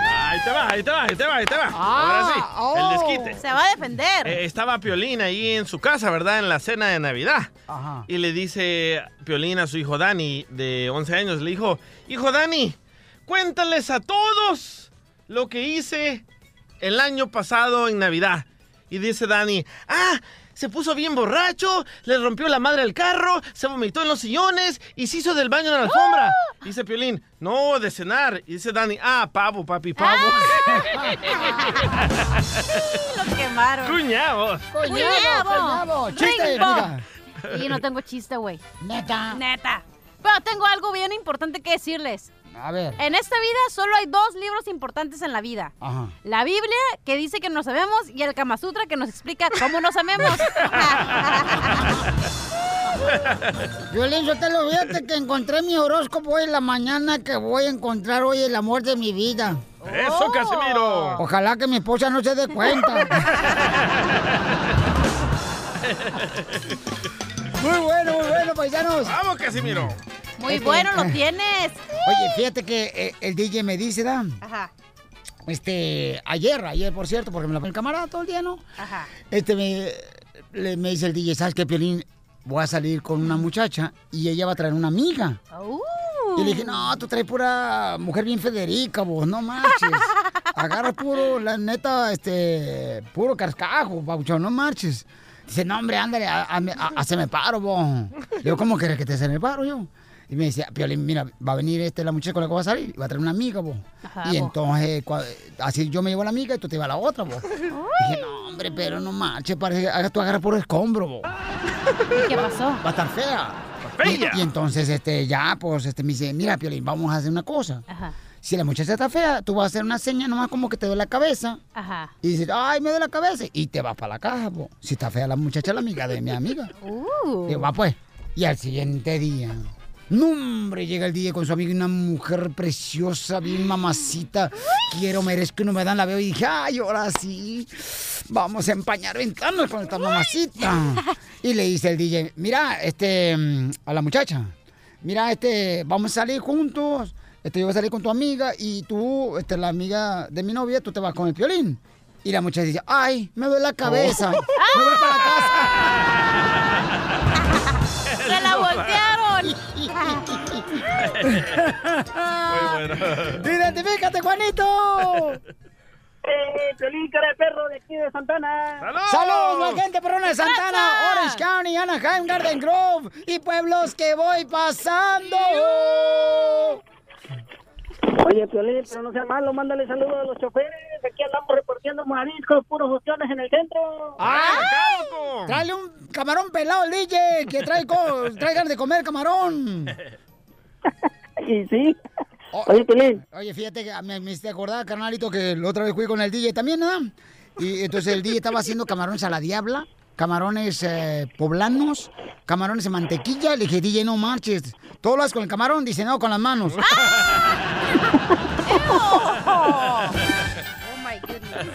C: Ahí te va, ahí te va, ahí te va, ahí te va.
B: Ah,
C: Ahora
B: oh.
C: sí, el desquite.
D: Ah, oh. Se va a defender.
C: Eh, estaba Piolín ahí en su casa, ¿verdad? En la cena de Navidad.
B: Ajá.
C: Y le dice Piolín a su hijo Dani, de 11 años, le dijo, hijo Dani, cuéntales a todos lo que hice el año pasado en Navidad. Y dice Dani, ah, se puso bien borracho, le rompió la madre al carro, se vomitó en los sillones y se hizo del baño en la alfombra.
B: ¡Ah!
C: Dice Piolín, no, de cenar. Y dice Dani, ah, pavo, papi, pavo.
B: ¡Ah!
D: Lo quemaron.
C: Cuñado.
B: Cuñado, cuñado. Chiste,
D: Ringo.
B: amiga.
D: Y no tengo chiste, güey.
B: Neta.
D: Neta. Pero tengo algo bien importante que decirles.
B: A ver.
D: En esta vida solo hay dos libros importantes en la vida.
B: Ajá.
D: La Biblia, que dice que no sabemos, y el Kama Sutra, que nos explica cómo no sabemos.
B: Violín, yo te lo fíjate que encontré mi horóscopo hoy en la mañana que voy a encontrar hoy el amor de mi vida. Oh.
C: Eso, Casimiro.
B: Ojalá que mi esposa no se dé cuenta. Muy bueno, muy bueno, paisanos. Ah.
C: Vamos, Casimiro.
D: Muy bueno lo tienes.
B: Oye, fíjate que eh, el DJ me dice, Dan,
D: Ajá,
B: este, ayer, ayer por cierto, porque me la pone el camarada todo el día, ¿no?
D: ajá.
B: Este me, le- me dice el DJ, ¿sabes qué, Piolín? Voy a salir con una muchacha y ella va a traer una amiga.
D: Uh.
B: Y le dije, no, tú traes pura mujer bien Federica, vos, no marches. Agarra puro, la neta, este, puro cascajo, paucho, no marches. Dice, no, hombre, ándale, a, a- a- a- se me paro, vos. Le digo, ¿cómo quieres que te se me paro yo? Y me decía, Piolín, mira, va a venir este, la muchacha con la que va a salir, y va a traer una amiga, vos.
O: Ajá,
B: y
D: Ah,
O: vos.
B: entonces, cua- así yo me llevo a la amiga y tú te llevas a la otra, vos. Dije, no, hombre, pero no marches, parece que hagas- tú agarras puro escombro, vos.
D: ¿Qué pasó?
B: Va a estar fea. Y, y entonces, este, ya, pues, este, me dice, mira, Piolín, vamos a hacer una cosa.
D: Ajá.
B: Si la muchacha está fea, tú vas a hacer una seña nomás como que te duele la cabeza.
D: Ajá.
B: Y dices, ay, me duele la cabeza. Y te vas para la caja, po. Si está fea la muchacha, la amiga de mi amiga.
D: Uh.
B: Digo, va pues. Y al siguiente día. No, hombre, llega el día con su amiga, una mujer preciosa, bien mamacita. Quiero, merezco y no me dan la veo. Y dije, ay, ahora sí, vamos a empañar ventanas con esta mamacita. Y le dice el DJ, mira, este, mm, a la muchacha, mira, este, vamos a salir juntos. Este, yo voy a salir con tu amiga y tú, este, la amiga de mi novia, tú te vas con el violín. Y la muchacha dice, ay, me duele la cabeza.
D: Oh.
B: Me voy para la casa.
D: ¡Se la voltearon!
B: ¡Identifícate, Juanito!
O: Eh, Piolín, cara de perro de aquí de Santana.
B: ¡Saludos, la gente perrona de Santana, Orange County, Anaheim, Garden Grove y pueblos que voy pasando!
O: Oye, Piolín, pero no sea malo, mándale saludos a los choferes. Aquí andamos repartiendo mariscos, puros opciones en el centro.
B: ¡Ah! ¡Tráele un camarón pelado al DJ! ¡Que trae co- traigan de comer camarón!
O: Y sí. Oye, Piolín.
B: Oh, Oye, fíjate que me, me hiciste acordar, carnalito, que la otra vez fui con el DJ también, ¿verdad? Y entonces el DJ estaba haciendo camarones a la diabla, camarones eh, poblanos, camarones en mantequilla. Le dije, DJ, no marches. ¿Todo lo haces con el camarón? Dice, no, con las manos.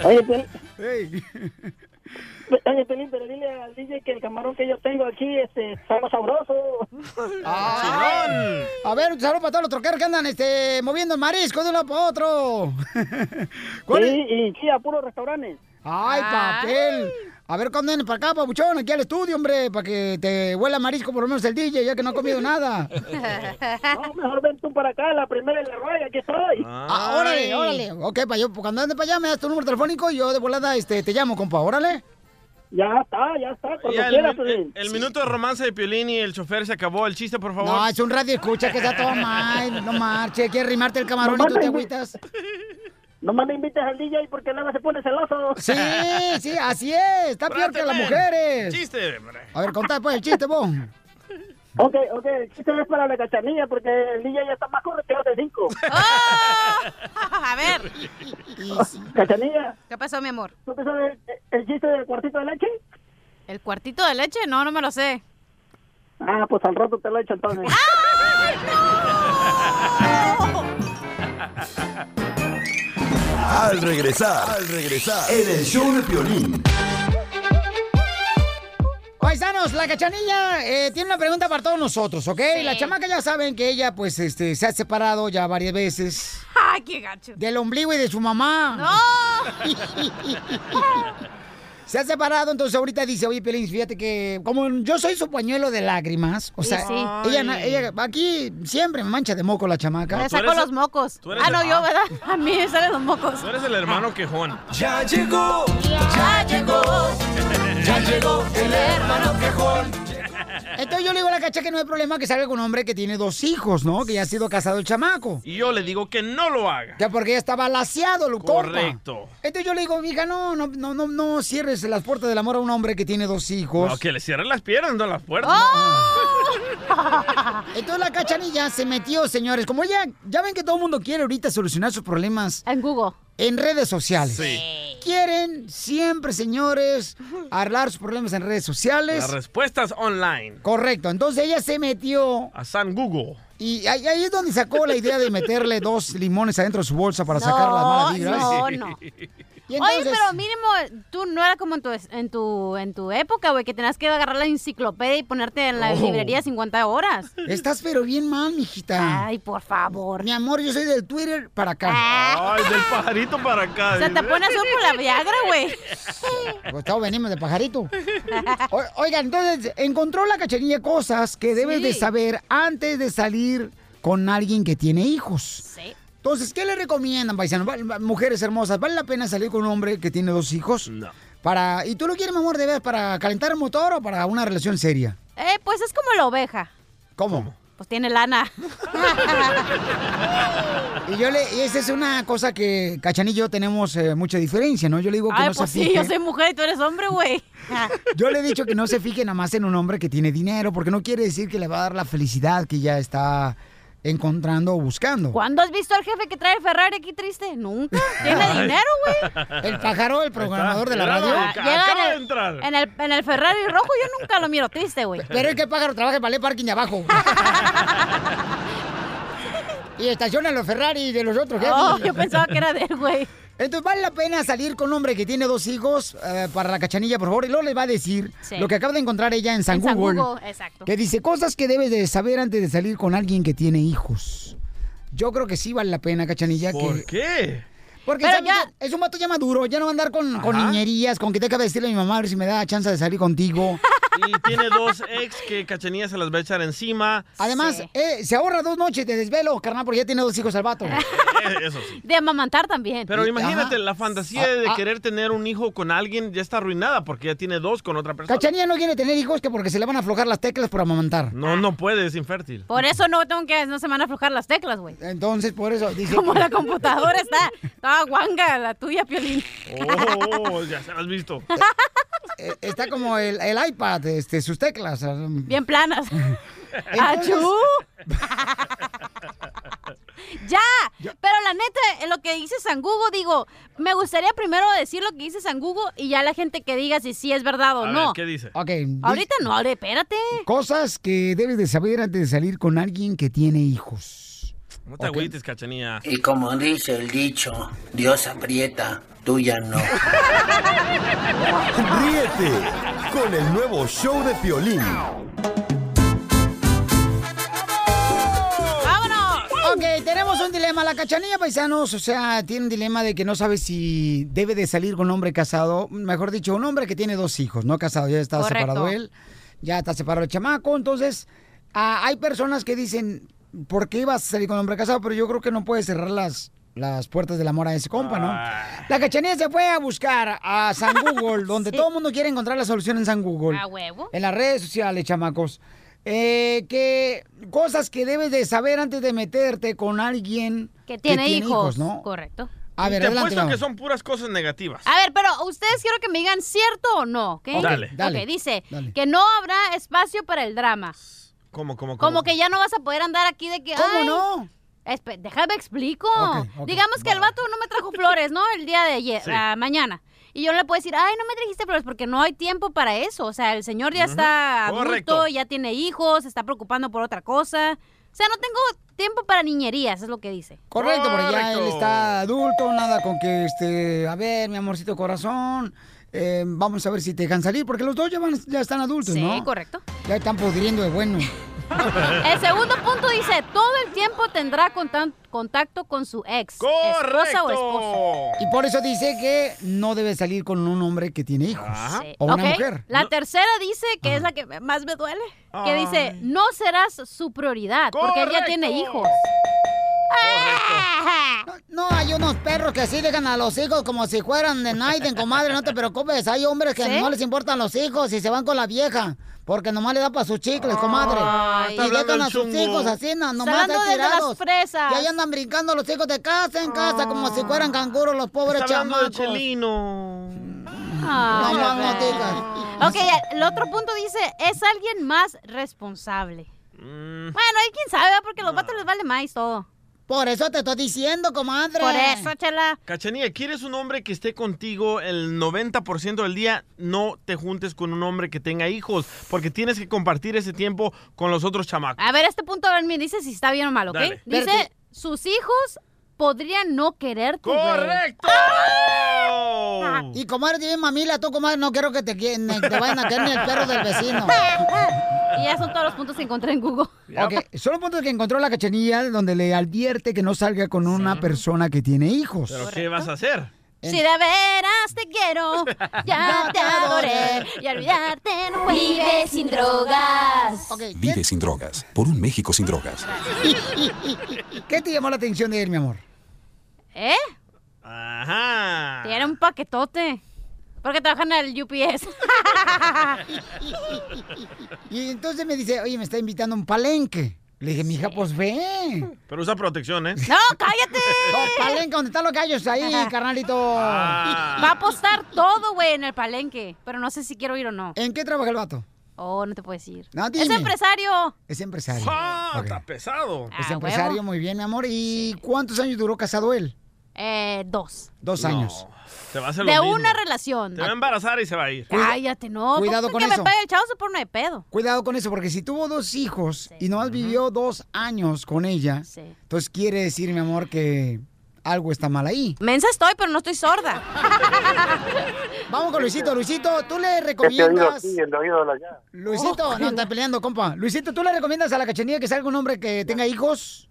O: Oye, Piolín. Pe- Oye, Piolín, pero dile al DJ que el camarón que yo tengo aquí, este, está más sabroso.
B: ¡Ay! A ver, un saludo para todos los troqueros que andan este, moviendo el marisco de un lado para otro.
O: Sí, y sí, a puros restaurantes.
B: ¡Ay, papel! A ver, cuándo vienen para acá, papuchón, aquí al estudio, hombre, para que te huela marisco por lo menos el DJ, ya que no ha comido nada.
O: No, mejor ven tú para acá, la primera en la raya, aquí estoy.
B: Ah, órale, órale. Ok, pa' yo, cuando ande para allá, me das tu número telefónico y yo de volada este, te llamo, compa, órale.
O: Ya está, ya está,
C: Ya, el min- el, el minuto de romance de Piolín y el chofer se acabó. El chiste, por favor.
B: No, es un radio escucha que está todo mal, no marche, quiere rimarte el camarón y tú te agüitas.
O: Nomás le invites al DJ porque luego se pone celoso.
B: Sí, sí, así es, está peor que las mujeres.
C: Chiste.
B: A ver, contá pues el chiste, vos.
O: Ok, ok, el chiste es para la cachanilla porque el DJ ya está más correteado de cinco.
D: A ver. Oh.
O: Cachanilla,
D: ¿Qué pasó, mi amor?
O: ¿tú te sabes el, el chiste del cuartito de leche?
D: ¿El cuartito de leche? No, no me lo sé.
O: Ah, pues al rato te lo echo entonces.
G: Al regresar, al regresar, en el show de Piolín.
B: Paisanos, la cachanilla eh, tiene una pregunta para todos nosotros, ¿ok?
D: Sí.
B: La chamaca ya saben que ella, pues, este, se ha separado ya varias veces
D: ¡Ay, qué gacho!
B: del ombligo y de su mamá. Se ha separado, entonces ahorita dice, oye, Pelín, fíjate que como yo soy su pañuelo de lágrimas, o
D: Sí,
B: sea,
D: sí.
B: Ella, na- ella aquí siempre me mancha de moco la chamaca.
D: Le saco los mocos.
C: tú eres
D: Ah, no,
C: el-
D: yo,
C: ah.
D: ¿verdad? A mí me salen los mocos.
C: Tú eres el hermano quejón.
G: Ya llegó, ya llegó, ya llegó el hermano quejón.
B: Entonces yo le digo a la cacha que no hay problema que salga con un hombre que tiene dos hijos, ¿no? Que ya ha sido casado el chamaco.
C: Y yo le digo que no lo haga.
B: Que porque ella estaba laseado, lo
C: Correcto.
B: Entonces yo le digo, mija, no, no, no, no, no cierres las puertas del amor a un hombre que tiene dos hijos.
C: No, que le cierren las piernas, no las puertas.
B: Oh,
D: ¡Ah!
B: Entonces la cachanilla se metió, señores. Como ya, ya ven que todo el mundo quiere ahorita solucionar sus problemas.
D: En Google.
B: En redes sociales.
C: Sí.
B: Quieren siempre, señores, arreglar sus problemas en redes sociales.
C: Las respuestas online.
B: Correcto. Entonces ella se metió.
C: A San Google.
B: Y ahí, ahí es donde sacó la idea de meterle dos limones adentro de su bolsa para sacar las malas vibras.
D: No, no. Oye,
B: entonces-
D: pero mínimo, tú no era como en tu, es- en tu, en tu época, güey, que tenías que agarrar la enciclopedia y ponerte en la
B: Oh.
D: librería 50 horas.
B: Estás pero bien mal, mijita.
D: Ay, por favor. Ah.
B: Mi amor, yo soy del Twitter para acá. Ah.
C: Ay, del pajarito para acá.
D: O sea, te
C: dice.
D: pones un con la Viagra, güey.
B: Pues todos venimos de pajarito. O- oigan, entonces, encontró la cachanilla cosas que debes
D: Sí.
B: de saber antes de salir con alguien que tiene hijos.
D: Sí.
B: Entonces, ¿qué le recomiendan, paisanos? Val- va- Mujeres hermosas, ¿vale la pena salir con un hombre que tiene dos hijos? No. Para, ¿Y tú lo quieres, mi amor, de ver para calentar el motor o para una relación seria?
D: Eh, pues es como la oveja.
B: ¿Cómo?
D: Pues tiene lana.
B: Y yo le, y esa es una cosa que Cachan y yo tenemos eh, mucha diferencia, ¿no? Yo le digo que
D: Ay,
B: no
D: pues
B: se
D: sí,
B: fije.
D: yo soy mujer y tú eres hombre, güey.
B: Yo le he dicho que no se fije nada más en un hombre que tiene dinero, porque no quiere decir que le va a dar la felicidad que ya está encontrando o buscando.
D: ¿Cuándo has visto al jefe que trae Ferrari aquí triste? Nunca. Tiene
B: Ay.
D: dinero, güey.
B: El pájaro, el programador de la radio.
D: Ah, llega en el- En el, en el Ferrari rojo yo nunca lo miro triste, güey.
B: Pero es que el pájaro trabaja para el parking de abajo. y estaciona los Ferrari de los otros jefes.
D: Oh, yo pensaba que era de él, güey.
B: Entonces, ¿vale la pena salir con un hombre que tiene dos hijos eh, para la cachanilla, por favor? Y luego les va a decir
D: Sí.
B: lo que acaba de encontrar ella en San,
D: En San
B: Google.
D: Google, exacto.
B: Que dice cosas que debes de saber antes de salir con alguien que tiene hijos. Yo creo que sí vale la pena, cachanilla. que-
C: ¿Por qué?
B: Porque
C: Pero
B: ¿sabes qué? es un vato ya maduro, ya no va a andar con, con
C: Ajá.
B: niñerías, con que te acaba de decirle a mi mamá a ver si me da chance de salir contigo.
C: Y tiene dos ex que cachanillas se las va a echar encima.
B: Además, eh, se ahorra dos noches de desvelo, carnal, porque ya tiene dos hijos al vato.
C: Eh, eso sí.
D: De amamantar también.
C: Pero imagínate, la fantasía de
B: Ah, ah.
C: querer tener un hijo con alguien ya está arruinada porque ya tiene dos con otra persona.
B: ah, Cachanilla no quiere tener hijos que porque se le van a aflojar las teclas por amamantar.
C: No, no puede, es infértil.
D: Por eso no tengo que, no se me van a aflojar las teclas, güey.
B: Entonces, por eso dice...
D: Como la computadora está, estaba guanga la tuya, Piolín.
C: Oh, ya se las has visto.
B: Eh, Está como el, el iPad, este, sus teclas.
D: Bien planas. ¡Achú! ¡Ya! Pero la neta, en lo que dice San Gugo, digo, me gustaría primero decir lo que dice San Gugo y ya la gente que diga si sí es verdad o
B: A
D: no.
B: ver, ¿qué
C: dice?
B: Ok,
D: Ahorita no, ahora, espérate.
B: Cosas que debes de saber antes de salir con alguien que tiene hijos.
C: No te agüites, cachanilla.
F: Y como dice el dicho, Dios aprieta, tú ya no.
G: Ríete con el nuevo show de Piolín.
D: ¡Vámonos!
B: Ok, tenemos un dilema. La cachanilla, paisanos, o sea, tiene un dilema de que no sabe si debe de salir con un hombre casado. Mejor dicho, un hombre que tiene dos hijos, no casado. Ya está
D: Correcto.
B: separado él, ya está separado el chamaco. Entonces, ah, hay personas que dicen, ¿por qué ibas a salir con un hombre casado? Pero yo creo que no puedes cerrar las, las puertas del amor a ese compa, ¿no?
D: Ah.
B: La cachanilla se fue a buscar a San Google, donde todo el mundo quiere encontrar la solución en San Google.
D: A huevo.
B: En las redes sociales, chamacos. Eh, que cosas que debes de saber antes de meterte con alguien
D: Que tiene, hijos.
B: ¿no?
D: Correcto.
B: A ver,
C: te
B: adelante.
C: apuesto que
B: Laura.
C: son puras cosas negativas.
D: pues. A ver, pero ustedes quiero que me digan cierto o no, ¿ok?
C: Ok, dale. dale.
D: Ok, dice
C: Dale.
D: que no habrá espacio para el drama.
C: ¿Cómo, cómo, cómo?
D: Como que ya no vas a poder andar aquí de que.
B: ¿Cómo
D: "Ay,
B: no?
D: espe- déjame explico.
B: Ok, ok,
D: Digamos que el vato no me trajo flores, ¿no? El día de ayer,
B: Sí.
D: ah, mañana. Y yo no le puedo decir, ay, no me trajiste flores porque no hay tiempo para eso. O sea, el señor ya está
B: Ujú,
D: adulto,
B: correcto.
D: ya tiene hijos, se está preocupando por otra cosa. O sea, no tengo tiempo para niñerías, es lo que dice.
B: Correcto, porque ya él
D: Correcto.
B: está adulto, nada con que, este, a ver, mi amorcito corazón, eh, vamos a ver si te dejan salir, porque los dos ya, van- ya están adultos,
D: Sí,
B: ¿no?
D: correcto.
B: Ya están pudriendo de bueno.
D: El segundo punto dice, todo el tiempo tendrá contan- contacto con su ex, esposa o esposo.
B: Y por eso dice que no debe salir con un hombre que tiene hijos. O una
D: Ok,
B: mujer.
D: La tercera dice que es la que más me duele, que dice,
B: Ay.
D: no serás su prioridad, porque él ya tiene hijos.
B: No, hay unos perros que sí dejan a los hijos como si fueran de Naiden, comadre, no te preocupes. Hay hombres que
D: ¿Sí?
B: no les importan los hijos y se van con la vieja. Porque nomás le da para sus chicles, comadre.
D: Ay.
B: y
D: Está hablando
B: dejan a
D: el
B: sus
D: chungo.
B: hijos así, no,
D: Está
B: nomás
D: hablando
B: ahí
D: desde las
B: tirados.
D: fresas. Ah.
B: Y ahí andan brincando los hijos de casa en casa como si fueran canguros los pobres
C: Está hablando de
B: chamacos.
C: Chelino. Ah.
D: Ay,
B: no, no, no
D: bebé.
B: digas.
D: Ok, el otro punto dice, es alguien más responsable.
C: Mm.
D: Bueno, hay quien sabe, ¿verdad? porque a los vatos les vale más todo.
B: Por eso te estoy diciendo, comadre.
D: Por eso, chela.
C: Cachanilla, ¿quieres un hombre que esté contigo el 90% del día? No te juntes con un hombre que tenga hijos, porque tienes que compartir ese tiempo con los otros chamacos.
D: A ver, este punto a ver, me dice si está bien o mal, ¿ok?
C: Dale.
D: Dice,
C: Espérate.
D: sus hijos podrían no quererte. güey".
C: ¡Correcto!
B: Y comadre, dime, mamila, tú, comadre, no quiero que te, quie- te vayan a caer ni el perro del vecino.
D: Y ya son todos los puntos que encontré en Google.
B: Ok, son los puntos que encontró la cachanilla donde le advierte que no salga con una persona que tiene hijos.
C: ¿Pero qué vas a hacer?
D: Si de veras te quiero, ya te adoré. Y olvidarte no puedo. Vive sin drogas.
P: Vive sin drogas, por un México sin drogas.
B: ¿Qué te llamó la atención de él, mi amor?
D: ¿Eh?
C: Ajá.
D: Tiene un paquetote. Porque trabajan en el UPS.
B: Y entonces me dice, oye, me está invitando a un palenque. Le dije, mija, pues ve.
C: Pero usa protección, ¿eh?
D: ¡No, cállate!
B: No, palenque, ¿dónde están los gallos? Ahí, carnalito.
C: Ah.
D: Va a apostar todo, güey, en el palenque. Pero no sé si quiero ir o no.
B: ¿En qué trabaja el vato?
D: Oh, no te puedo decir.
B: No,
D: ¡Es
B: dime.
D: empresario!
B: Es empresario.
C: Ah,
B: Ok.
C: está pesado.
B: Es
D: Ah,
B: empresario, muy bien, mi amor. ¿Y cuántos años duró casado él?
D: Eh, dos.
B: Dos
C: No,
B: años.
C: Te va a hacer
D: De
C: lo mismo.
D: una relación.
C: Te va a embarazar y se va a ir.
D: Cállate, no.
B: Cuidado
D: porque
B: con
D: que me
B: eso.
D: pague el chavo se pone de pedo.
B: Cuidado con eso, porque si tuvo dos hijos y nomás vivió dos años con ella, entonces quiere decir, mi amor, que algo está mal ahí.
D: Mensa estoy, pero no estoy sorda.
B: Vamos con Luisito. Luisito, ¿tú le
Q: Que te he oído
B: recomiendas?
Q: aquí, el oído de allá.
B: Luisito, no está peleando, compa. Luisito, ¿tú le recomiendas a la cachanilla que salga un hombre que tenga hijos?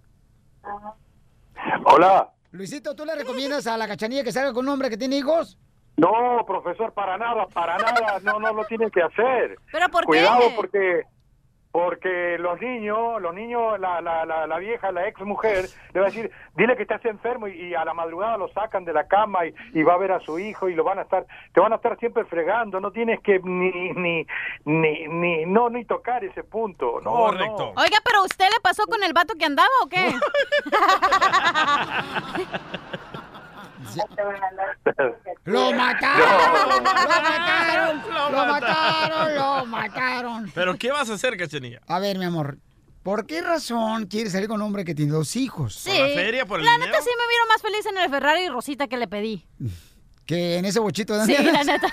Q: Hola.
B: Luisito, ¿tú le recomiendas a la cachanilla que salga con un hombre que tiene hijos?
Q: No, profesor, para nada, para nada. No, no lo tienen que hacer.
D: ¿Pero por qué?
Q: Cuidado porque porque los niños, los niños, la, la, la, la vieja, la ex mujer, le va a decir, dile que estás enfermo y, y a la madrugada lo sacan de la cama y, y va a ver a su hijo y lo van a estar, te van a estar siempre fregando, no tienes que ni, ni, ni, ni, no, ni tocar ese punto. No,
C: Correcto.
D: Oiga, pero ¿usted le pasó con el vato que andaba o qué?
B: ¡Lo mataron!
H: No.
B: ¡Lo mataron! ¡Lo
H: Lo
B: mataron!
H: mataron.
B: ¡Lo mataron!
C: ¿Pero qué vas a hacer, cachanilla?
B: A ver, mi amor, ¿por qué razón quieres salir con un hombre que tiene dos hijos?
D: Sí. la neta sí me vieron más feliz en el Ferrari Rosita que le pedí.
B: Que en ese bochito de
D: Sí,
B: andas,
D: la neta.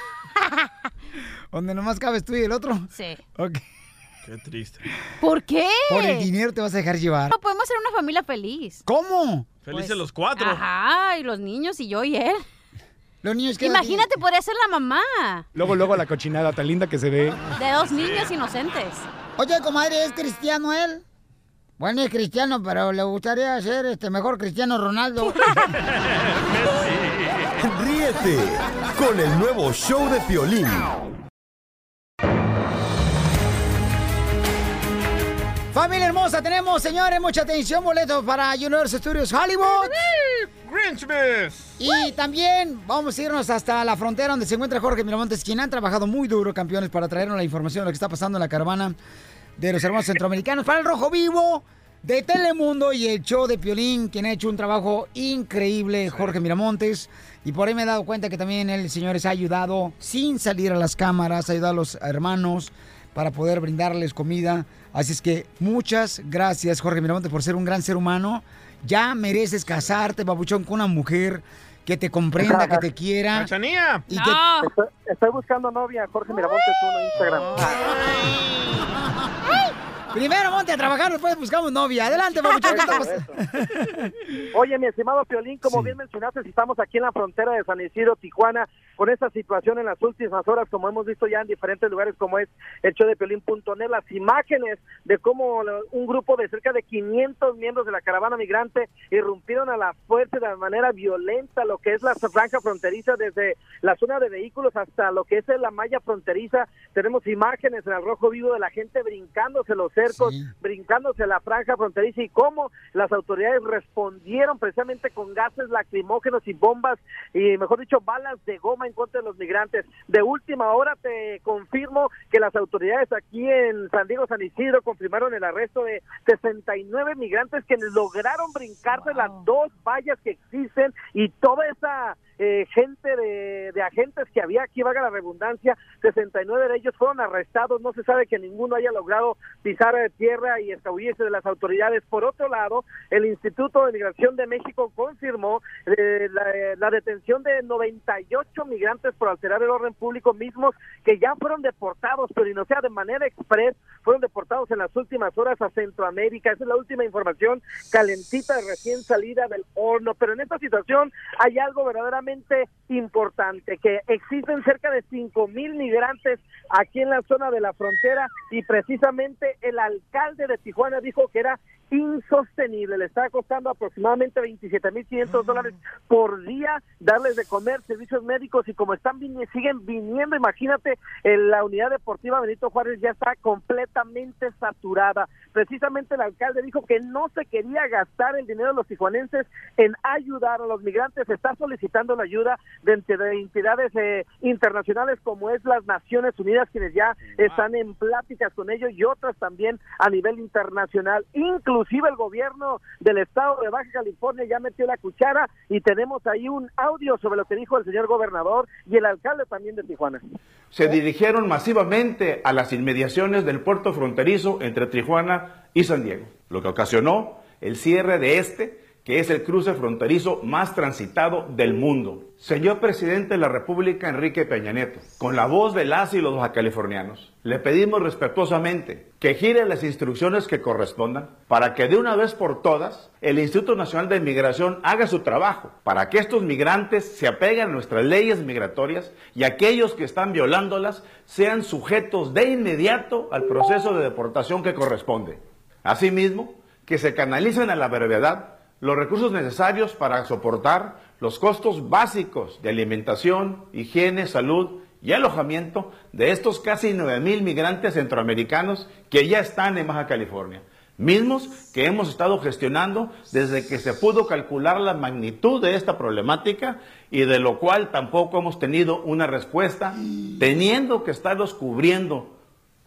B: Donde nomás cabes tú y el otro.
D: Sí.
B: Ok.
C: Qué triste.
D: ¿Por qué?
B: Por el dinero te vas a dejar llevar.
D: No pues. podemos ser una familia feliz.
B: ¿Cómo?
C: Felices los cuatro.
D: Ajá, y los niños y yo y él.
B: Los niños
R: qué edad
D: Imagínate, podría ser la mamá
R: Luego, luego la cochinada tan linda que se ve.
D: de dos niños inocentes.
B: Oye, comadre, ¿es cristiano él? Bueno, es cristiano, pero le gustaría ser este mejor cristiano Ronaldo.
G: Ríete con el nuevo show de Piolín.
B: Familia hermosa, tenemos, señores, mucha atención, boletos para Universal Studios Hollywood. Y también vamos a irnos hasta la frontera donde se encuentra Jorge Miramontes, quien han trabajado muy duro, campeones, para traernos la información de lo que está pasando en la caravana de los hermanos centroamericanos para el Rojo Vivo de Telemundo y el show de Piolín, quien ha hecho un trabajo increíble, Jorge Miramontes. Y por ahí me he dado cuenta que también el señor les ha ayudado sin salir a las cámaras, ha ayudado a los hermanos para poder brindarles comida. Así es que muchas gracias, Jorge Miramontes, por ser un gran ser humano. Ya mereces casarte, babuchón, con una mujer que te comprenda, que te quiera.
C: ¡Cachanía!
B: Y
Q: Estoy, estoy buscando novia, Jorge Miramontes, uno en Instagram.
B: Primero monte a trabajar, después buscamos novia. Adelante, pues babuchón, ¿qué está
Q: Eso,
B: pasando?
Q: Oye, mi estimado Piolín, como bien mencionaste, estamos aquí en la frontera de San Isidro, Tijuana, con esta situación en las últimas horas, como hemos visto ya en diferentes lugares, como es el show de Piolín.net, las imágenes de cómo lo- un grupo de cerca de 500 miembros de la caravana migrante irrumpieron a la fuerza de manera violenta lo que es la franja fronteriza desde la zona de vehículos hasta lo que es la malla fronteriza. Tenemos imágenes en el rojo vivo de la gente brincándose los cercos, brincándose la franja fronteriza y cómo las autoridades respondieron precisamente con gases lacrimógenos y bombas y mejor dicho balas de goma en contra de los migrantes. De última hora te confirmo que las autoridades aquí en San Diego San Isidro confirmaron el arresto de 69 migrantes que lograron brincarse las dos vallas que existen y toda esa eh, gente de, de agentes que había aquí, vaga la redundancia, 69 de ellos fueron arrestados, no se sabe que ninguno haya logrado pisar eh, tierra y escabullirse de las autoridades. Por otro lado, el Instituto de Migración de México confirmó eh, la, eh, la detención de 98 migrantes por alterar el orden público mismos que ya fueron deportados, pero y no sea de manera express, fueron deportados en las últimas horas a Centroamérica. Esa es la última información calentita recién salida del horno. Pero en esta situación hay algo verdaderamente importante, que existen cerca de 5 mil migrantes aquí en la zona de la frontera y precisamente el alcalde de Tijuana dijo que era insostenible, le está costando aproximadamente 27.500 dólares por día darles de comer, servicios médicos y como están vin- siguen viniendo, imagínate, eh, la unidad deportiva Benito Juárez ya está completamente saturada. Precisamente el alcalde dijo que no se quería gastar el dinero de los tijuanenses en ayudar a los migrantes. Se está solicitando la ayuda de, ente- de entidades eh, internacionales como es las Naciones Unidas, quienes ya están en pláticas con ellos y otras también a nivel internacional. Inclusive el gobierno del estado de Baja California ya metió la cuchara y tenemos ahí un audio sobre lo que dijo el señor gobernador y el alcalde también de Tijuana.
S: se dirigieron masivamente a las inmediaciones del puerto fronterizo entre Tijuana y San Diego, lo que ocasionó el cierre de este, que es el cruce fronterizo más transitado del mundo. Señor presidente de la República Enrique Peña Nieto, con la voz de las y los bajacalifornianos, le pedimos respetuosamente que gire las instrucciones que correspondan para que de una vez por todas el Instituto Nacional de Migración haga su trabajo para que estos migrantes se apeguen a nuestras leyes migratorias y aquellos que están violándolas sean sujetos de inmediato al proceso de deportación que corresponde. Asimismo, que se canalicen a la brevedad los recursos necesarios para soportar los costos básicos de alimentación, higiene, salud y alojamiento de estos casi 9.000 migrantes centroamericanos que ya están en Baja California, mismos que hemos estado gestionando desde que se pudo calcular la magnitud de esta problemática y de lo cual tampoco hemos tenido una respuesta, teniendo que estarlos cubriendo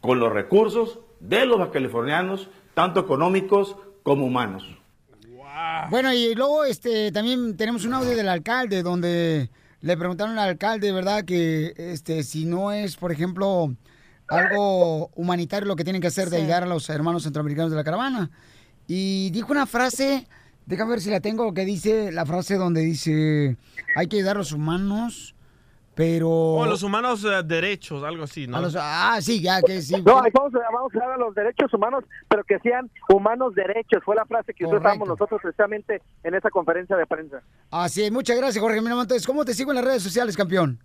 S: con los recursos de los californianos, tanto económicos como humanos.
B: Bueno, y luego este también tenemos un audio del alcalde donde le preguntaron al alcalde, ¿verdad? Que este si no es, por ejemplo, algo humanitario lo que tienen que hacer de
T: Sí.
B: ayudar a los hermanos centroamericanos de la caravana. Y dijo una frase, déjame ver si la tengo, que dice la frase donde dice, hay que ayudar a los humanos, pero...
C: O los humanos eh, derechos, algo así, ¿no?
B: A los- ah, sí, ya que sí.
Q: No, ahí vamos, a- vamos a hablar de los derechos humanos, pero que sean humanos derechos. Fue la frase que usábamos nosotros precisamente en esa conferencia de prensa.
B: Así es, muchas gracias Jorge Miramontes. ¿Cómo te sigo en las redes sociales, campeón?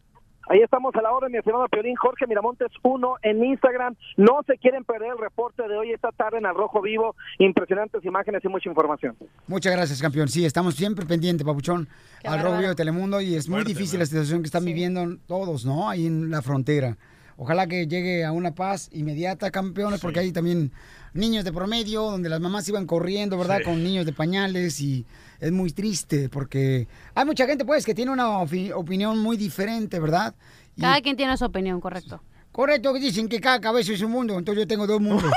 Q: Ahí estamos a la hora, mi estimado Piolín. Jorge Miramontes 1 en Instagram. No se quieren perder el reporte de hoy esta tarde en Al Rojo Vivo. Impresionantes imágenes y mucha información.
B: Muchas gracias, campeón. Sí, estamos siempre pendiente, papuchón,
Q: Qué
B: al
Q: bárbaro.
B: robo de Telemundo y es muy difícil la situación que están viviendo todos, ¿no? Ahí en la frontera. Ojalá que llegue a una paz inmediata, campeones, porque hay también niños de promedio, donde las mamás iban corriendo, ¿verdad?
T: Sí.
B: Con niños de pañales y es muy triste porque hay mucha gente, pues, que tiene una ofi- opinión muy diferente, ¿verdad? Y-
D: Cada quien tiene su opinión, correcto.
B: correcto, dicen que cada cabeza es un mundo, entonces yo tengo dos mundos.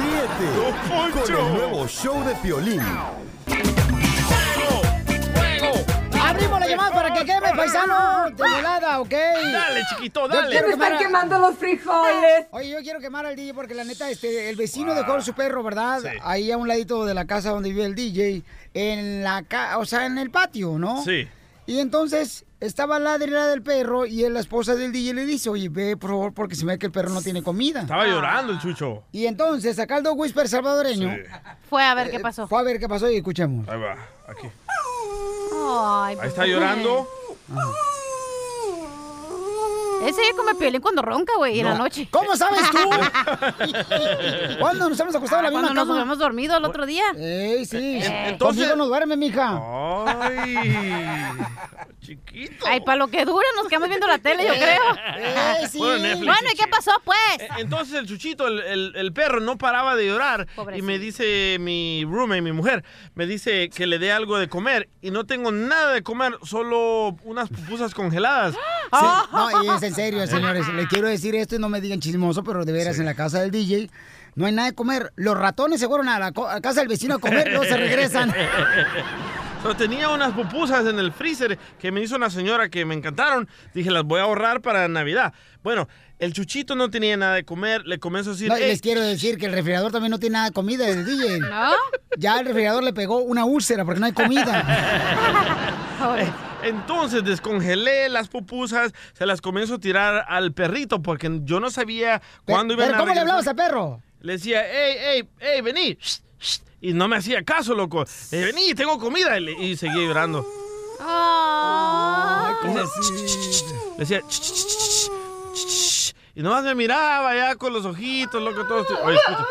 G: Ríete con el nuevo show de Piolín.
B: Abrimos la llamada para que queme, paisano, de volada, ¿ok? Dale,
C: chiquito,
T: dale. Me están quemando los frijoles.
B: Oye, yo quiero quemar al DJ porque la neta, este, el vecino dejó su perro, ¿verdad? Ahí a un ladito de la casa donde vive el DJ, en la ca o sea, en el patio, ¿no?
T: Sí.
B: Y entonces estaba la ladrera del perro y la esposa del DJ le dice, oye, ve por favor porque se me ve que el perro no tiene comida.
C: Estaba llorando el chucho.
B: Y entonces acá el dog whisper salvadoreño.
C: Sí.
B: Fue a ver qué pasó. Fue a ver qué pasó y escuchemos.
C: Ahí va, aquí.
D: Ay,
C: Ahí está llorando.
D: Ese día come piolín cuando ronca, güey, en la
B: No.
D: noche.
B: ¿Cómo sabes tú? ¿Cuándo nos hemos acostado en la
D: Ah,
B: misma
D: cuando nos
B: cama?
D: hemos dormido el otro día. Eh,
B: Ey, sí.
D: Entonces-
B: Conmigo no duerme, mija.
C: Ay.
D: Ay, para lo que dura, nos quedamos viendo la tele, yo creo.
C: Eh, sí. Bueno, Netflix, E,
D: Bueno, ¿y qué pasó, pues?
C: Entonces el chuchito, el, el- el perro, no paraba de llorar. Y me dice mi roommate, mi mujer, me dice que le dé algo de comer. Y no tengo nada de comer, solo unas pupusas congeladas.
B: Sí, no, y es en
C: Eh.
B: serio, señores. Le quiero decir esto y no me digan chismoso, pero de veras, en la casa del DJ no hay nada de comer. Los ratones se fueron a la co- a casa del vecino a comer, luego se regresan.
C: So, tenía unas pupusas en el freezer que me hizo una señora que me encantaron. Dije, las voy a ahorrar para Navidad. Bueno, el chuchito no tenía nada de comer. Le comenzó a decir,
B: No, y
C: "Ey,
B: les quiero decir que el refrigerador también no tiene nada de comida del DJ.
D: ¿No?
B: Ya el refrigerador le pegó una úlcera porque no hay comida.
C: Eh, Entonces descongelé las pupusas, se las comienzo a tirar al perrito porque yo no sabía cuándo iban
B: ¿Pero
C: a
B: cómo le
C: regresar.
B: hablabas al perro?
C: Le decía, hey, hey, hey, vení. Shh, shh. Y no me hacía caso, loco. Eh, vení, tengo comida. Y, le- y seguía llorando.
D: Ay,
C: Le decía, "Shh, shh, shh, shh, shh". y nomás me miraba ya con los ojitos, loco, todo. Oye, escucha.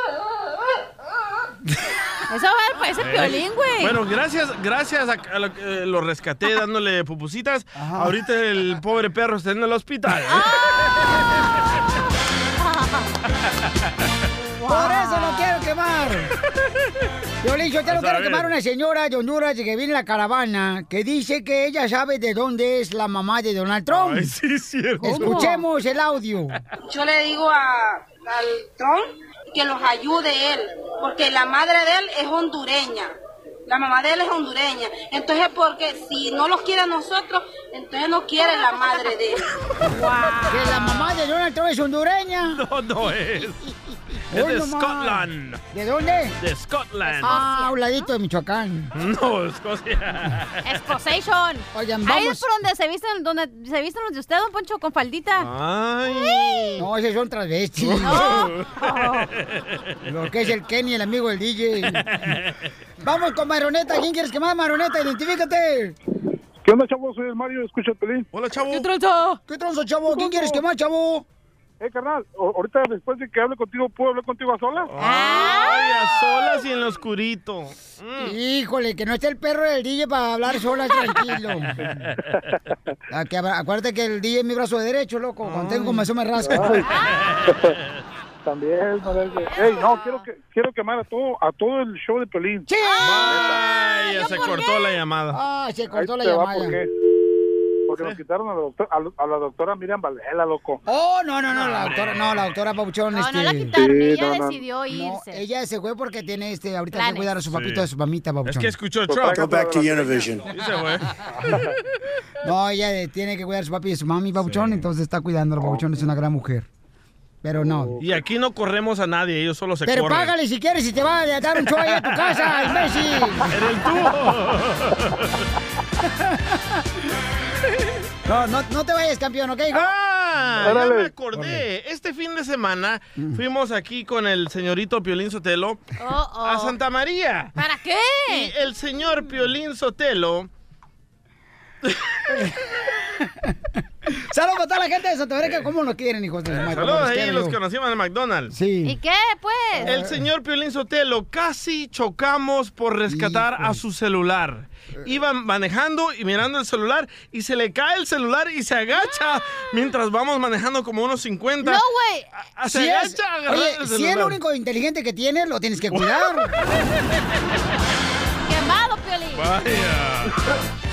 D: Eso va, parece
C: Eh,
D: piolín, güey.
C: Bueno, gracias, gracias a, a lo, que eh, lo rescaté dándole pupusitas. Ahorita el pobre perro está en el hospital.
B: Violín, yo te lo
H: Vas a
B: quiero
H: ver.
B: quemar una señora de Honduras que viene en la caravana que dice que ella sabe de dónde es la mamá de Donald Trump.
H: Ay, sí, es cierto.
B: Escuchemos el audio.
U: Yo le digo a, al Trump que los ayude él, porque la madre de él es hondureña. La mamá de él es hondureña. Entonces, porque si no los quiere a nosotros, entonces no quiere la madre de él.
B: Que la mamá de Donald Trump es hondureña.
C: No, no es.
B: Hoy
C: Es de
B: nomás.
C: Scotland.
B: ¿De dónde?
C: De Scotland.
B: Ah, a un ladito de Michoacán.
C: No, Escocia.
D: Posation.
B: Oigan,
D: Ahí
B: vamos.
D: es por donde se visten, donde se visten los de usted, don Poncho, con
B: Ah.
D: faldita.
C: Ay.
B: No, esos son transvestis.
D: No.
B: Lo que es el Kenny, el amigo del DJ. Vamos con Maroneta. ¿Quién quieres quemar, Maroneta? Identifícate.
V: ¿Qué onda, chavo? Soy el Mario, escucha el pelín.
C: Hola, chavo.
B: ¿Qué tronzo? ¿Qué tronzo, chavo? ¿Quién quieres quemar, chavo?
V: Eh, carnal, o- ahorita después de que hable contigo, ¿puedo hablar contigo a solas?
C: Ay,
B: Ah.
C: a solas y en lo oscurito. Mm.
B: Híjole, que no esté el perro del DJ para hablar sola, tranquilo. Ah, que abra- acuérdate que el DJ es mi brazo derecho, loco. Cuando tengo comezón me rasca.
V: También, no le- Ey, no, quiero, que, quiero quemar a todo, a todo el show de pelín.
B: ¡Sí!
C: Ay, ya se cortó la llamada.
B: Ah, se cortó
V: Ahí
B: la
V: te va,
B: llamada.
V: ¿por qué? Porque nos quitaron a la, doctora, a, la- a la doctora Miriam Valela, loco.
B: Oh, no, no, no, la doctora, no, la doctora Pabuchón. No,
V: no la quitaron, Sí, ella no, no. decidió
B: irse. ella se fue porque tiene este, ahorita
D: Planes.
B: que cuidar a su papito,
W: Sí.
B: a su mamita,
W: Es
B: Pabuchón.
W: que escuchó
V: Pues
W: Trump. Go back to Univision.
B: No, ella de- tiene que cuidar a su papi y a su mami, Pabuchón, entonces está cuidando, Pabuchón es una gran mujer. Pero no.
C: Y aquí no corremos a nadie, ellos solo Oh. se
B: Pero
C: corren.
B: págale si quieres y te va a dar un show ahí a tu casa, imbécil.
C: Eres tú.
B: No, no, no te vayas, campeón, ¿ok? hijo?
C: Ah, ya me acordé. Este fin de semana fuimos aquí con el señorito Piolín Sotelo
B: Oh,
C: a Santa María.
D: ¿Para qué?
C: Y el señor Piolín Sotelo.
B: Saludos a toda la gente de Santa María, que cómo nos quieren, hijos de su madre, cómo
C: Eh. Saludos
B: nos
C: ahí,
B: quieren,
C: los
B: hijo.
C: conocimos en el McDonald's.
B: Sí.
D: ¿Y qué, pues?
C: El señor Piolín Sotelo, casi chocamos por rescatar a su celular.
B: Eh.
C: Iban manejando y mirando el celular y se le cae el celular y se agacha mientras vamos manejando como unos 50.
D: Ah. No, güey.
C: Ah, se
B: Si
C: agacha
B: es,
C: a agarrar
B: oye,
C: el
B: si es
C: celular.
B: lo único inteligente que tienes, lo tienes que cuidar.
D: Quemado, Piolín.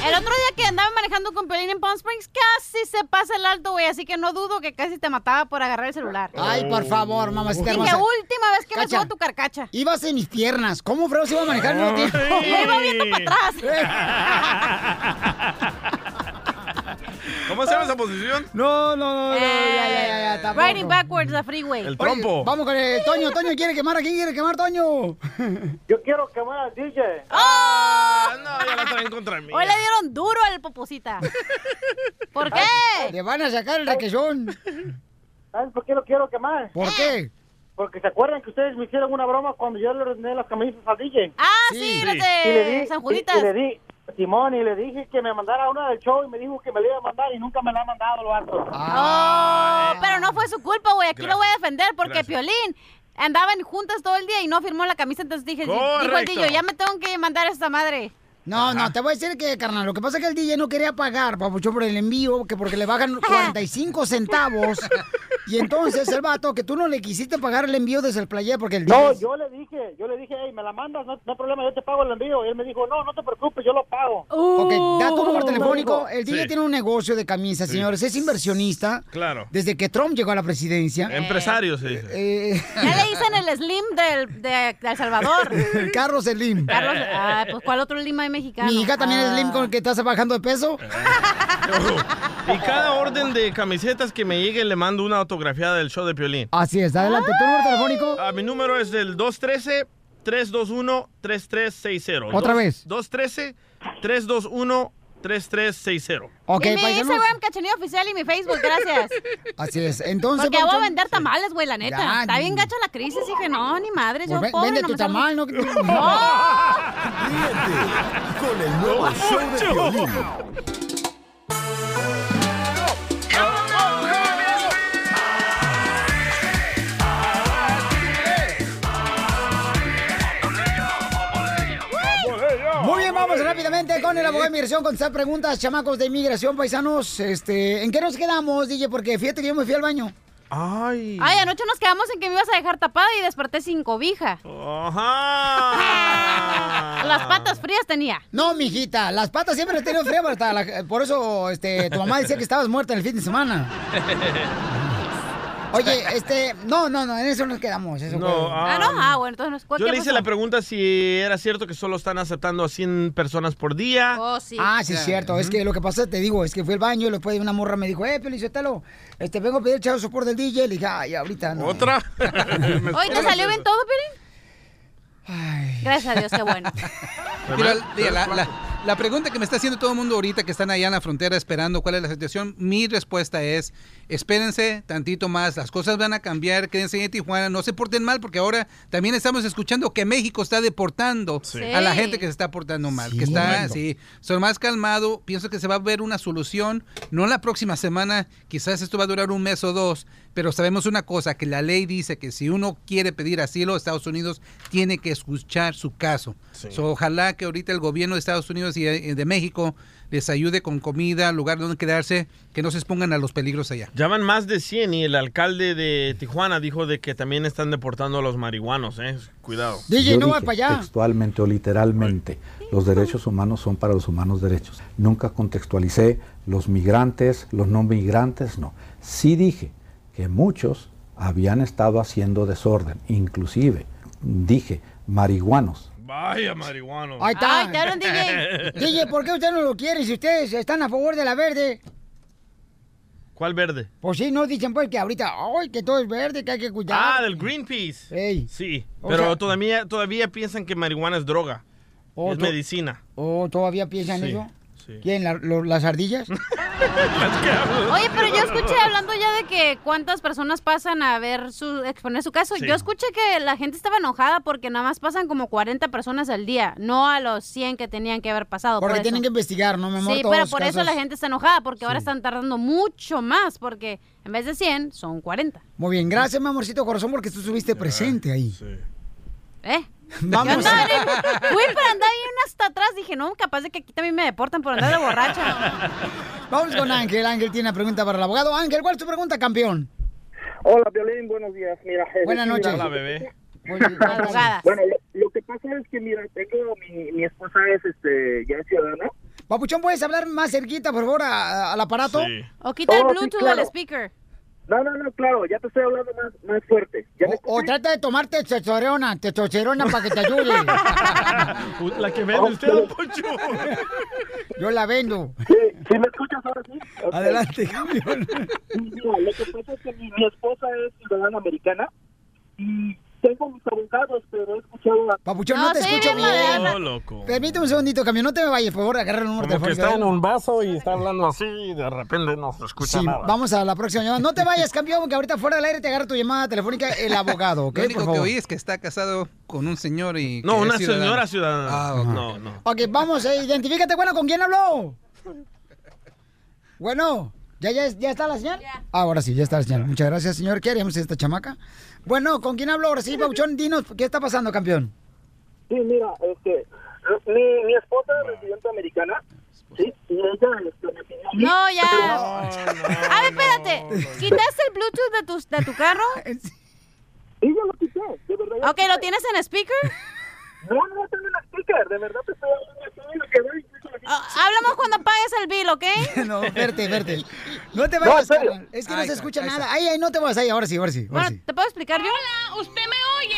D: El otro día que andaba manejando con Piolín en Palm Springs, casi se pasa el alto, güey. Así que no dudo que casi te mataba por agarrar el celular.
B: Ay, por favor, mamacita
D: Y que
B: hermosa.
D: última vez que me
B: Cacha.
D: subo a tu carcacha.
B: Ibas en mis piernas. ¿Cómo fregados iba a manejar al mismo tiempo?
D: Y me iba viendo para atrás.
C: ¿Cómo se llama esa posición?
B: No, no, no, ya, ya, ya, ya, tampoco.
D: Eh, Riding backwards the freeway.
C: El trompo.
B: Oye, vamos con el Toño. Toño quiere quemar. ¿A quién quiere quemar, Toño?
V: Yo quiero quemar al DJ.
D: ¡Oh!
C: Ah, No, ya la traen contra mí.
D: Hoy le dieron duro al popusita. ¿Por qué?
B: Le van a sacar el requesón.
V: ¿Sabes por qué lo quiero quemar?
B: ¿Por qué?
V: Porque se acuerdan que ustedes me hicieron una broma cuando yo le ordené las camisetas al DJ.
D: Ah, sí, Sí. las de San Juditas.
V: Y, y le di, Simón, y le dije que me mandara una del show y me dijo que me la iba a mandar y nunca me la ha mandado, lo harto.
D: Oh, pero no fue su culpa, güey. Aquí lo voy a defender porque Piolín andaban juntas todo el día y no firmó la camisa. Entonces dije, dijo el
B: Correcto.
D: tío, ya me tengo que mandar a esta madre.
B: No, no, te voy a decir que, carnal, lo que pasa es que el DJ no quería pagar, papuchón, por el envío, que porque le bajan 45 centavos. Y entonces el vato, que tú no le quisiste pagar el envío desde el player, porque el DJ...
V: No, yo le dije, yo le dije, hey, me la mandas, no, no hay problema, yo te pago el envío. Y él me dijo, no, no te preocupes, yo lo pago.
B: Ok, dato
D: Uh.
B: número telefónico. El DJ
V: día
B: tiene un negocio de camisas,
V: Sí.
B: señores. Es inversionista.
C: Claro.
B: Desde que Trump llegó a la presidencia.
C: Empresario se dice.
B: Eh,
D: Ya le dicen el Slim del, de, de El Salvador.
B: Carlos Slim.
D: Carlos, ah, pues ¿cuál otro Lima hay mexicano? Ah.
B: Mi hija también es Slim con el que estás bajando de peso.
C: Y cada orden de camisetas que me llegue le mando una autografiada del show de Piolín.
B: Así es, adelante. ¿Tu número telefónico?
C: Ah, mi número es el 213-321-3360.
B: Otra
C: Dos-
B: vez.
C: 213-321-3360.
B: Ok,
D: y mi
B: paisanos.
D: Instagram, cachanilla oficial y mi Facebook, gracias.
B: Así es. Entonces,
D: Porque voy a
B: papuchón,
D: vender tamales, güey, la neta.
B: Ya,
D: Está bien gacha la crisis, dije, no, ni madre, yo
B: Pues ve-
D: pobre.
B: vende
D: no
B: tu
D: me salgo-
B: tamal, ¿no? Que-
D: ¡No!
G: Con el nuevo show de violín.
B: Muy bien, vamos rápidamente con el abogado de inmigración con estas preguntas, chamacos de inmigración, paisanos. Este, ¿En qué nos quedamos, DJ? Porque fíjate que yo me fui al baño.
C: Ay.
D: Ay, anoche nos quedamos en que me ibas a dejar tapada y desperté sin cobija. Las patas frías tenía.
B: No, mijita, las patas siempre las he tenido frías, hasta la- por eso este, tu mamá decía que estabas muerta en el fin de semana. Oye, este, no, no, no, en eso nos quedamos. Eso
C: No,
B: fue-
D: Ah, no, ah, bueno, entonces nos
C: Yo le hice la pregunta si era cierto que solo están aceptando a 100 personas por día.
D: Oh,
B: Ah, sí, es cierto. Es que lo que pasa, te digo, es que fui al baño y después una morra me dijo, eh, Pelizotelo, este, vengo a pedir el chavo soporte del DJ. Le dije, ay, ahorita no.
C: ¿Otra?
D: Hoy te salió bien todo, Piolín. Gracias a Dios, qué bueno.
A: Mira, mira, la, la- la pregunta que me está haciendo todo el mundo ahorita que están allá en la frontera esperando cuál es la situación, mi respuesta es, espérense tantito más, las cosas van a cambiar, quédense en Tijuana, no se porten mal porque ahora también estamos escuchando que México está deportando a la
I: Sí.
A: gente que se está portando mal,
I: Sí.
A: que está
I: Correcto.
A: así, son más calmado, pienso que se va a ver una solución, no la próxima semana, quizás esto va a durar un mes o dos, pero sabemos una cosa, que la ley dice que si uno quiere pedir asilo, Estados Unidos tiene que escuchar su caso.
I: Sí.
A: So, ojalá que ahorita el gobierno de Estados Unidos y eh, de México les ayude con comida, lugar donde quedarse, que no se expongan a los peligros allá.
C: Ya van más de 100 y el alcalde de Tijuana dijo de que también están deportando a los marihuanos, eh. Cuidado.
B: DJ,
K: Yo
B: no va
K: dije,
B: para allá.
K: Textualmente o literalmente, los derechos humanos son para los humanos derechos. Nunca contextualicé los migrantes, los no migrantes, no. Sí dije que muchos habían estado haciendo desorden, inclusive dije marihuanos.
C: Vaya marihuano.
B: Ahí está.
D: Ay, te hablan, DJ.
B: DJ, ¿por qué usted no lo quiere si ustedes están a favor de la verde?
C: ¿Cuál verde?
B: Pues sí, no dicen pues que ahorita, ay, que todo es verde, que hay que cuidar.
C: Ah, del Greenpeace. Sí,
B: O
C: pero
B: sea-
C: todavía, todavía piensan que marihuana es droga.
B: Oh,
C: es
B: to-
C: medicina.
B: ¿O Oh, todavía piensan
C: Sí,
B: eso?
C: sí.
B: ¿Quién, la- lo- las ardillas?
D: Oye, pero yo escuché hablando ya de que cuántas personas pasan a ver su exponer su caso.
B: Sí.
D: Yo escuché que la gente estaba enojada porque nada más pasan como 40 personas al día, no a los 100 que tenían que haber pasado.
B: Porque
D: por
B: tienen que
D: eso.
B: investigar, ¿no, mi amor?
D: Sí,
B: Todos
D: pero
B: los
D: por eso
B: casos.
D: la gente está enojada porque ahora
B: Sí.
D: están tardando mucho más porque en vez de 100 son 40.
B: Muy bien, gracias, mi amorcito corazón, porque tú estuviste presente ahí.
D: ¿Eh?
B: Vamos.
D: Yo andaba bien- Fui para andar bien hasta atrás. Dije, no, capaz de que aquí también me deportan por andar de borracha.
B: Vamos con Ángel. Ángel tiene una pregunta para el abogado. Ángel, ¿cuál es tu pregunta, campeón?
X: Hola, Violín, buenos días. Mira,
H: eh,
X: es
B: Buenas
X: decir,
B: noches.
X: mira,
C: bebé.
X: Bueno, lo, lo que pasa es que, mira, tengo mi, mi esposa es, este, ya es ciudadana.
B: Papuchón, ¿puedes hablar más cerquita, por favor, a- a- al aparato?
D: O quita el
X: Oh, sí,
D: Bluetooth
X: claro.
D: al speaker.
X: No, no, no, claro, ya te estoy hablando más, más fuerte. ¿Ya me
B: O trata de tomarte testosterona, testosterona para que te ayude.
C: La que vende usted, don Poncho.
B: Yo la vendo.
X: ¿Sí, sí me escuchas ahora sí? Ok.
B: Adelante, campeón.
X: Mira, lo que pasa es que mi, mi esposa es ciudadana americana y tengo mis abogados, pero he escuchado a...
B: Papuchón, no, te escucho bien.
C: Oh,
B: Permíteme un segundito, camión. No te me vayas, por favor, agarra el número
I: Como que
B: telefónico.
I: está en un vaso y está hablando así y de repente no se escucha
B: Sí,
I: nada.
B: vamos a la próxima llamada. No te vayas, campeón, que ahorita fuera del aire te agarra tu llamada telefónica el abogado, ¿ok?
A: Lo único
B: Por
A: que
B: favor.
A: oí es que está casado con un señor y...
C: No,
A: que es
C: una
A: ciudadano. Ah,
C: señora ciudadana. No, no.
B: Ok, vamos, eh, identifícate, bueno, ¿con quién habló? Bueno, ¿ya, ya, ya está la señal? Ah, Ahora sí, ya está la señal. Muchas gracias, señor. ¿Qué haríamos sin esta chamaca? Bueno, ¿con quién habló? Ahora sí, Pauchón, dinos, ¿qué está pasando, campeón?
X: Sí, mira, este, mi, mi esposa es residente americana, ¿sí? Y ella este, me pidió...
D: No, ya. a ver, espérate. ¿Quitaste el Bluetooth de tu, de tu carro?
X: Sí, yo lo quité, de verdad. yo
D: Ok, ¿lo tienes en speaker?
X: No, no tengo la sticker, de
H: pues,
X: verdad te estoy hablando así, lo que doy.
D: Ah, hablamos cuando pagues el bill, ¿ok?
B: no, verte, verte. No te
D: No,
B: vayas,
D: en serio.
B: carnal. Es que no
D: Ahí
B: se
D: está,
B: escucha
D: ahí
B: nada.
D: está.
B: Ay, ay, no te vas ahí. Ahora sí, ahora sí, ahora sí.
D: ¿Te puedo explicar yo? Hola, usted me oye.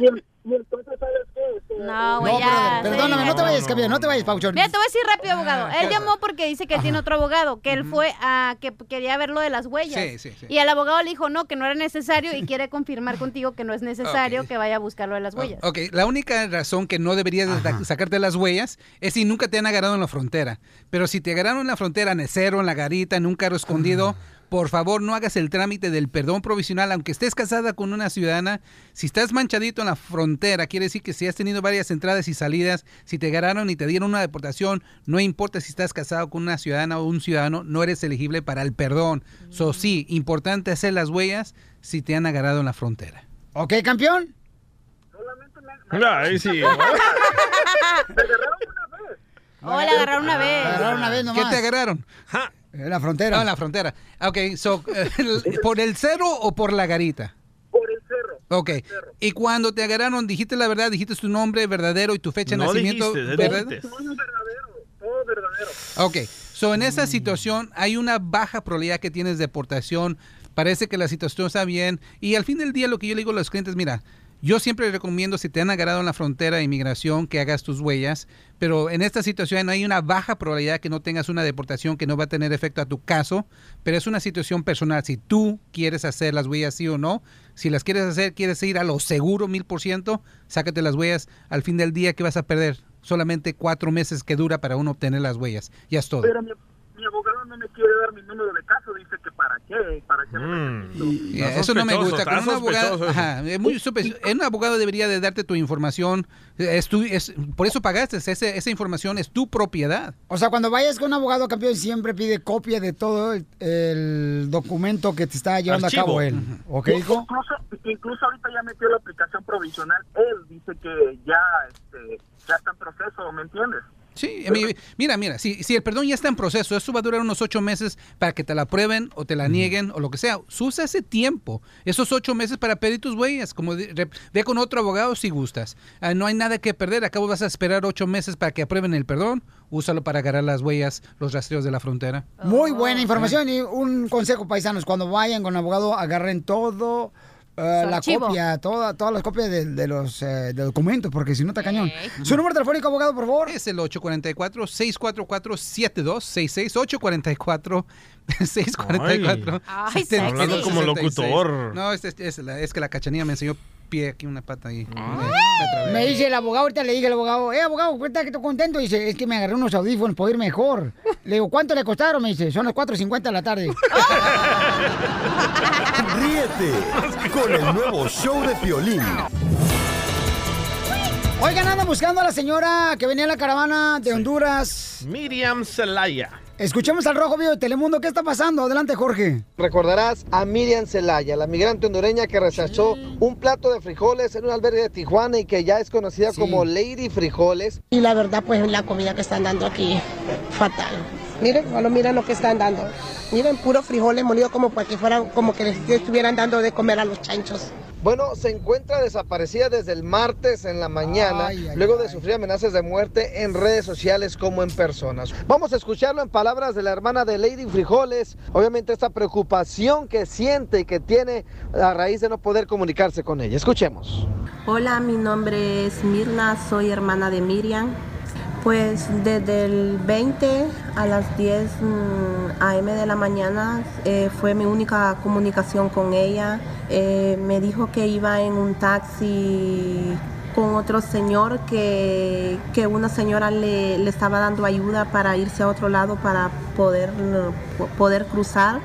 X: Y, en- y entonces, ¿sabes qué? Este,
D: No, güey, ya.
B: brother, perdóname, no te vayas, campeón, no te vayas, Pauchón.
D: Mira, te voy a decir rápido, abogado. Él llamó porque dice que tiene otro abogado, que él fue a que quería ver lo de las huellas.
A: Sí, sí, sí.
D: Y el abogado le dijo no, que no era necesario y quiere confirmar contigo que no es necesario que vaya a buscar lo de las huellas.
A: Ok, la única razón que no deberías de ta- sacarte las huellas es si nunca te han agarrado en la frontera. Pero si te agarraron en la frontera, en el cero, en la garita, en un carro
B: Ah.
A: escondido, por favor no hagas el trámite del perdón provisional, aunque estés casada con una ciudadana. Si estás manchadito en la frontera, quiere decir que si has tenido varias entradas y salidas, si te agarraron y te dieron una deportación, no importa si estás casado con una ciudadana o un ciudadano, no eres elegible para el perdón. So sí, importante hacer las huellas si te han agarrado en la frontera.
B: Ok, campeón.
C: ahí sí.
D: Hola, agarraron una vez.
A: ah,
B: Agarraron una vez nomás.
A: ¿Qué te agarraron?
B: En la frontera.
A: No, en la frontera. Ok, so, el- ¿por el cerro o por la garita?
H: Por el cerro.
A: Ok. Y cuando te agarraron, dijiste la verdad, dijiste tu nombre verdadero y tu fecha de
H: No
A: nacimiento.
H: dijiste,
A: ¿verdad?
H: dijiste.
A: Ok. So, en esa situación hay una baja probabilidad que tienes deportación. Parece que la situación está bien. Y al fin del día, lo que yo le digo a los clientes, mira, yo siempre recomiendo, si te han agarrado en la frontera de inmigración, que hagas tus huellas. Pero en esta situación hay una baja probabilidad que no tengas una deportación que no va a tener efecto a tu caso. Pero es una situación personal. Si tú quieres hacer las huellas sí o no, si las quieres hacer, quieres ir a lo seguro mil por ciento, sácate las huellas. Al fin del día, ¿qué vas a perder? Solamente cuatro meses que dura para uno obtener las huellas. Ya es todo.
H: Pero mi, mi abogado no me quiere dar mi número de caso, dice que para qué, para qué.
A: Yeah,
H: Está
A: Eh, eso no me
H: sospechoso,
A: gusta. Con
H: está
A: un abogado,
H: sospechoso eso.
A: ajá, es muy sospe- en un abogado debería de darte tu información. Es tu- es- por eso pagaste. ese- esa información es tu propiedad.
B: O sea, cuando vayas con un abogado campeón, siempre pide copia de todo el, el documento que te está llevando a cabo él. ¿Ok, hijo?
H: Incluso, incluso ahorita ya metió la aplicación provisional. Él dice que ya, este, ya está en proceso, ¿me entiendes?
A: Sí, a mí- mira, mira, si, si el perdón ya está en proceso, eso va a durar unos ocho meses para que te la aprueben o te la nieguen o lo que sea. Usa ese tiempo, esos ocho meses para pedir tus huellas. Como de- re- ve con otro abogado si gustas. Ah, no hay nada que perder. Acabo vas a esperar ocho meses para que aprueben el perdón. Úsalo para agarrar las huellas, los rastreos de la frontera.
B: Muy buena información y un consejo, paisanos. Cuando vayan con un abogado, agarren todo. eh,
Y: Su
B: la
Y: archivo.
B: copia, toda- todas las copias de, de los eh, de documentos, porque si no está cañón. Su número telefónico, abogado, por favor.
A: Es el 844-644-7266. 844-644-7266.
D: Ay,
A: Está
D: sexy. Hablando
C: como
A: 66.
C: locutor.
A: No, es, es- es la- es que la cachanilla me enseñó pie aquí, una pata ahí.
B: Ah. Me dice el abogado, ahorita le dije al abogado, eh, abogado, cuenta que estoy contento. Dice, es que me agarré unos audífonos para ir mejor. Le digo, ¿cuánto le costaron? Me dice, son las 4.50 de la tarde.
G: Ríete con el nuevo show de Piolín.
B: Oigan, andan buscando a la señora que venía en la caravana de Honduras.
C: Miriam Zelaya.
B: Escuchemos al Rojo Vivo de Telemundo. ¿Qué está pasando? Adelante, Jorge.
E: Recordarás a Miriam Celaya, la migrante hondureña que rechazó un plato de frijoles en un albergue de Tijuana y que ya es conocida como Lady Frijoles.
N: Y la verdad, pues la comida que están dando aquí, fatal. Miren, solo miren lo que están dando. Miren, puros frijoles molidos como para que fueran, como que les estuvieran dando de comer a los chanchos.
E: Bueno, se encuentra desaparecida desde el martes en la mañana,
N: Ay, ay,
E: luego de sufrir amenazas de muerte en redes sociales como en personas. Vamos a escucharlo en palabras de la hermana de Lady Frijoles, obviamente esta preocupación que siente y que tiene a raíz de no poder comunicarse con ella. Escuchemos.
N: Hola, mi nombre es Mirna, soy hermana de Miriam. Pues desde el 20 a las 10 mm, AM de la mañana eh, fue mi única comunicación con ella. Eh, me dijo que iba en un taxi con otro señor que, que una señora le, le estaba dando ayuda para irse a otro lado para poder, mm, poder cruzar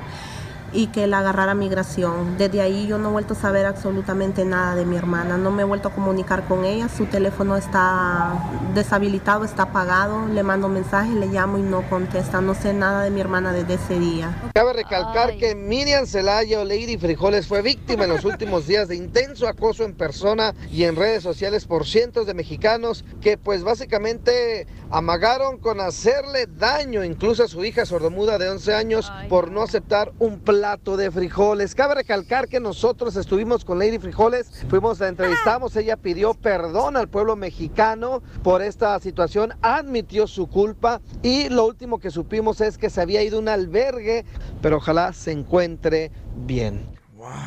N: y que la agarrara migración. Desde ahí yo no he vuelto a saber absolutamente nada de mi hermana, no me he vuelto a comunicar con ella, su teléfono está deshabilitado, está apagado, le mando mensajes, le llamo y no contesta, no sé nada de mi hermana desde ese día.
E: Cabe recalcar que Miriam Celaya o Lady Frijoles fue víctima en los últimos días de intenso acoso en persona y en redes sociales por cientos de mexicanos que pues básicamente amagaron con hacerle daño incluso a su hija sordomuda de 11 años por no aceptar un plato de frijoles. Cabe recalcar que nosotros estuvimos con Lady Frijoles, fuimos, la entrevistamos, ella pidió perdón al pueblo mexicano por esta situación, admitió su culpa y lo último que supimos es que se había ido a un albergue, pero ojalá se encuentre bien.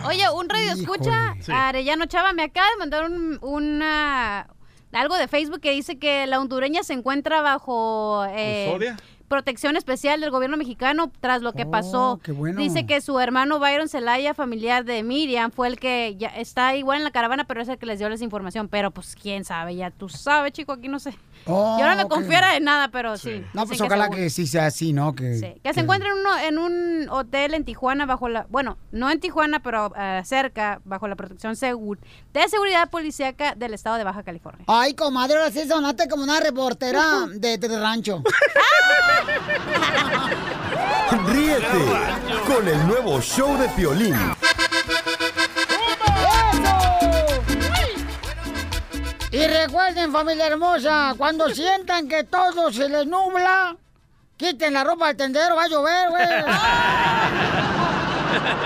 D: Oye, un radio escucha,
E: Sí.
D: Arellano Chava, me acaba de mandar un, una, algo de Facebook que dice que la hondureña se encuentra bajo eh,
Z: ¿Custodia?
D: protección especial del gobierno mexicano tras lo que
B: Oh,
D: pasó.
Z: qué bueno.
D: Dice que su hermano Byron Celaya, familiar de Miriam, fue el que ya está igual en la caravana, pero es el que les dio la información. Pero pues quién sabe, ya tú sabes, chico, aquí no sé.
B: Oh,
D: Yo no me
B: ok.
D: confiera de nada, pero sí.
B: No,
D: dicen
B: pues
D: que
B: ojalá
D: según.
B: que sí sea así, ¿no? Que,
D: Que se encuentra en, uno- en un hotel en Tijuana bajo la... Bueno, no en Tijuana, pero eh, cerca, bajo la protección segur- de seguridad policíaca del estado de Baja California.
B: Ay, comadre, ahora sí sonaste como una reportera de, de rancho.
G: Ríete con el nuevo show de Piolín.
B: Y recuerden, familia hermosa, cuando sientan que todo se les nubla, Quiten la ropa del tendero, va a llover, güey.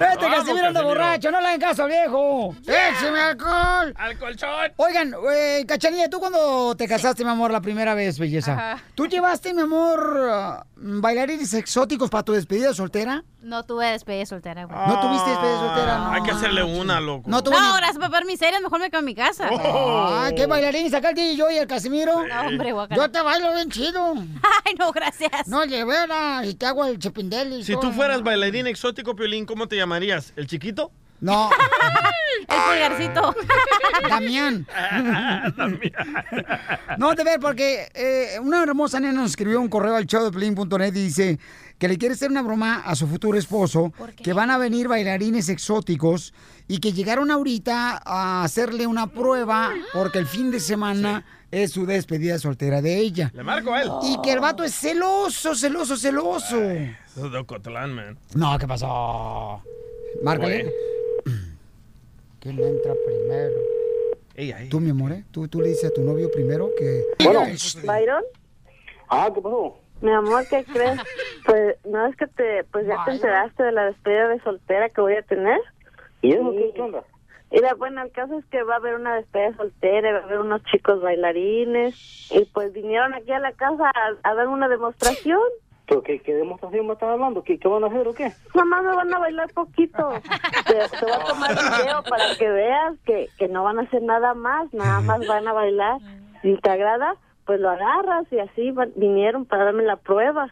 B: Vete,
H: Vamos,
B: Casimiro anda
H: Casimiro.
B: borracho, no le hagan caso al viejo. ¡Écheme alcohol!
H: ¡Al colchón!
B: Oigan, eh, Cachanilla, ¿tú cuando te casaste, mi amor, la primera vez, belleza?
D: Ajá.
B: ¿Tú llevaste, mi amor, ah, bailarines exóticos para tu despedida de soltera?
D: No tuve despedida soltera, güey.
B: ¿No tuviste despedida de soltera? No.
C: Ah, Hay que hacerle una, loco.
B: No tuve
D: No,
B: ni-
D: ahora para ver miserias, mejor me quedo en mi casa.
B: Ay, Ah, qué bailarines acá el DJ y yo y el Casimiro.
D: No, hombre, guacala.
B: Yo te bailo bien chido.
D: Ay, no, gracias.
B: No, de veras, y te hago el chepindel y
C: Si
B: todo.
C: tú fueras bailarín exótico, Piolín, ¿cómo te llamarías? ¿El chiquito?
B: No.
D: El pulgarcito.
B: Damián. No, de ver, porque eh, una hermosa nena nos escribió un correo al showdeplin.net y dice que le quiere hacer una broma a su futuro esposo, que van a venir bailarines exóticos y que llegaron ahorita a hacerle una prueba porque el fin de semana es su despedida soltera de ella.
C: Le marco a él.
B: Y que el vato es celoso, celoso, celoso.
C: Eso es de Ocotlán, man.
B: No, ¿qué pasó? Márcale.
C: Güey.
B: ¿Quién entra primero? Tú, mi amor, ¿eh? ¿Tú, tú le dices a tu novio primero que...
J: Byron,
B: Ah, ¿qué pasó?
J: mi amor, ¿qué crees? Pues no es que te, pues ya te enteraste de la despedida de soltera que voy a tener.
X: ¿Y eso qué, qué onda?
J: Mira, bueno, el caso es que va a haber una despedida soltera, y va a haber unos chicos bailarines y pues vinieron aquí a la casa a, a dar una demostración.
X: ¿Pero qué, qué demostración me estás hablando? ¿Qué, ¿Qué van a hacer o qué?
J: Nomás me van a bailar poquito. Te, te voy a tomar video para que veas que, que no van a hacer nada más, nada más van a bailar. Si te agrada, pues lo agarras y así van- vinieron para darme la prueba.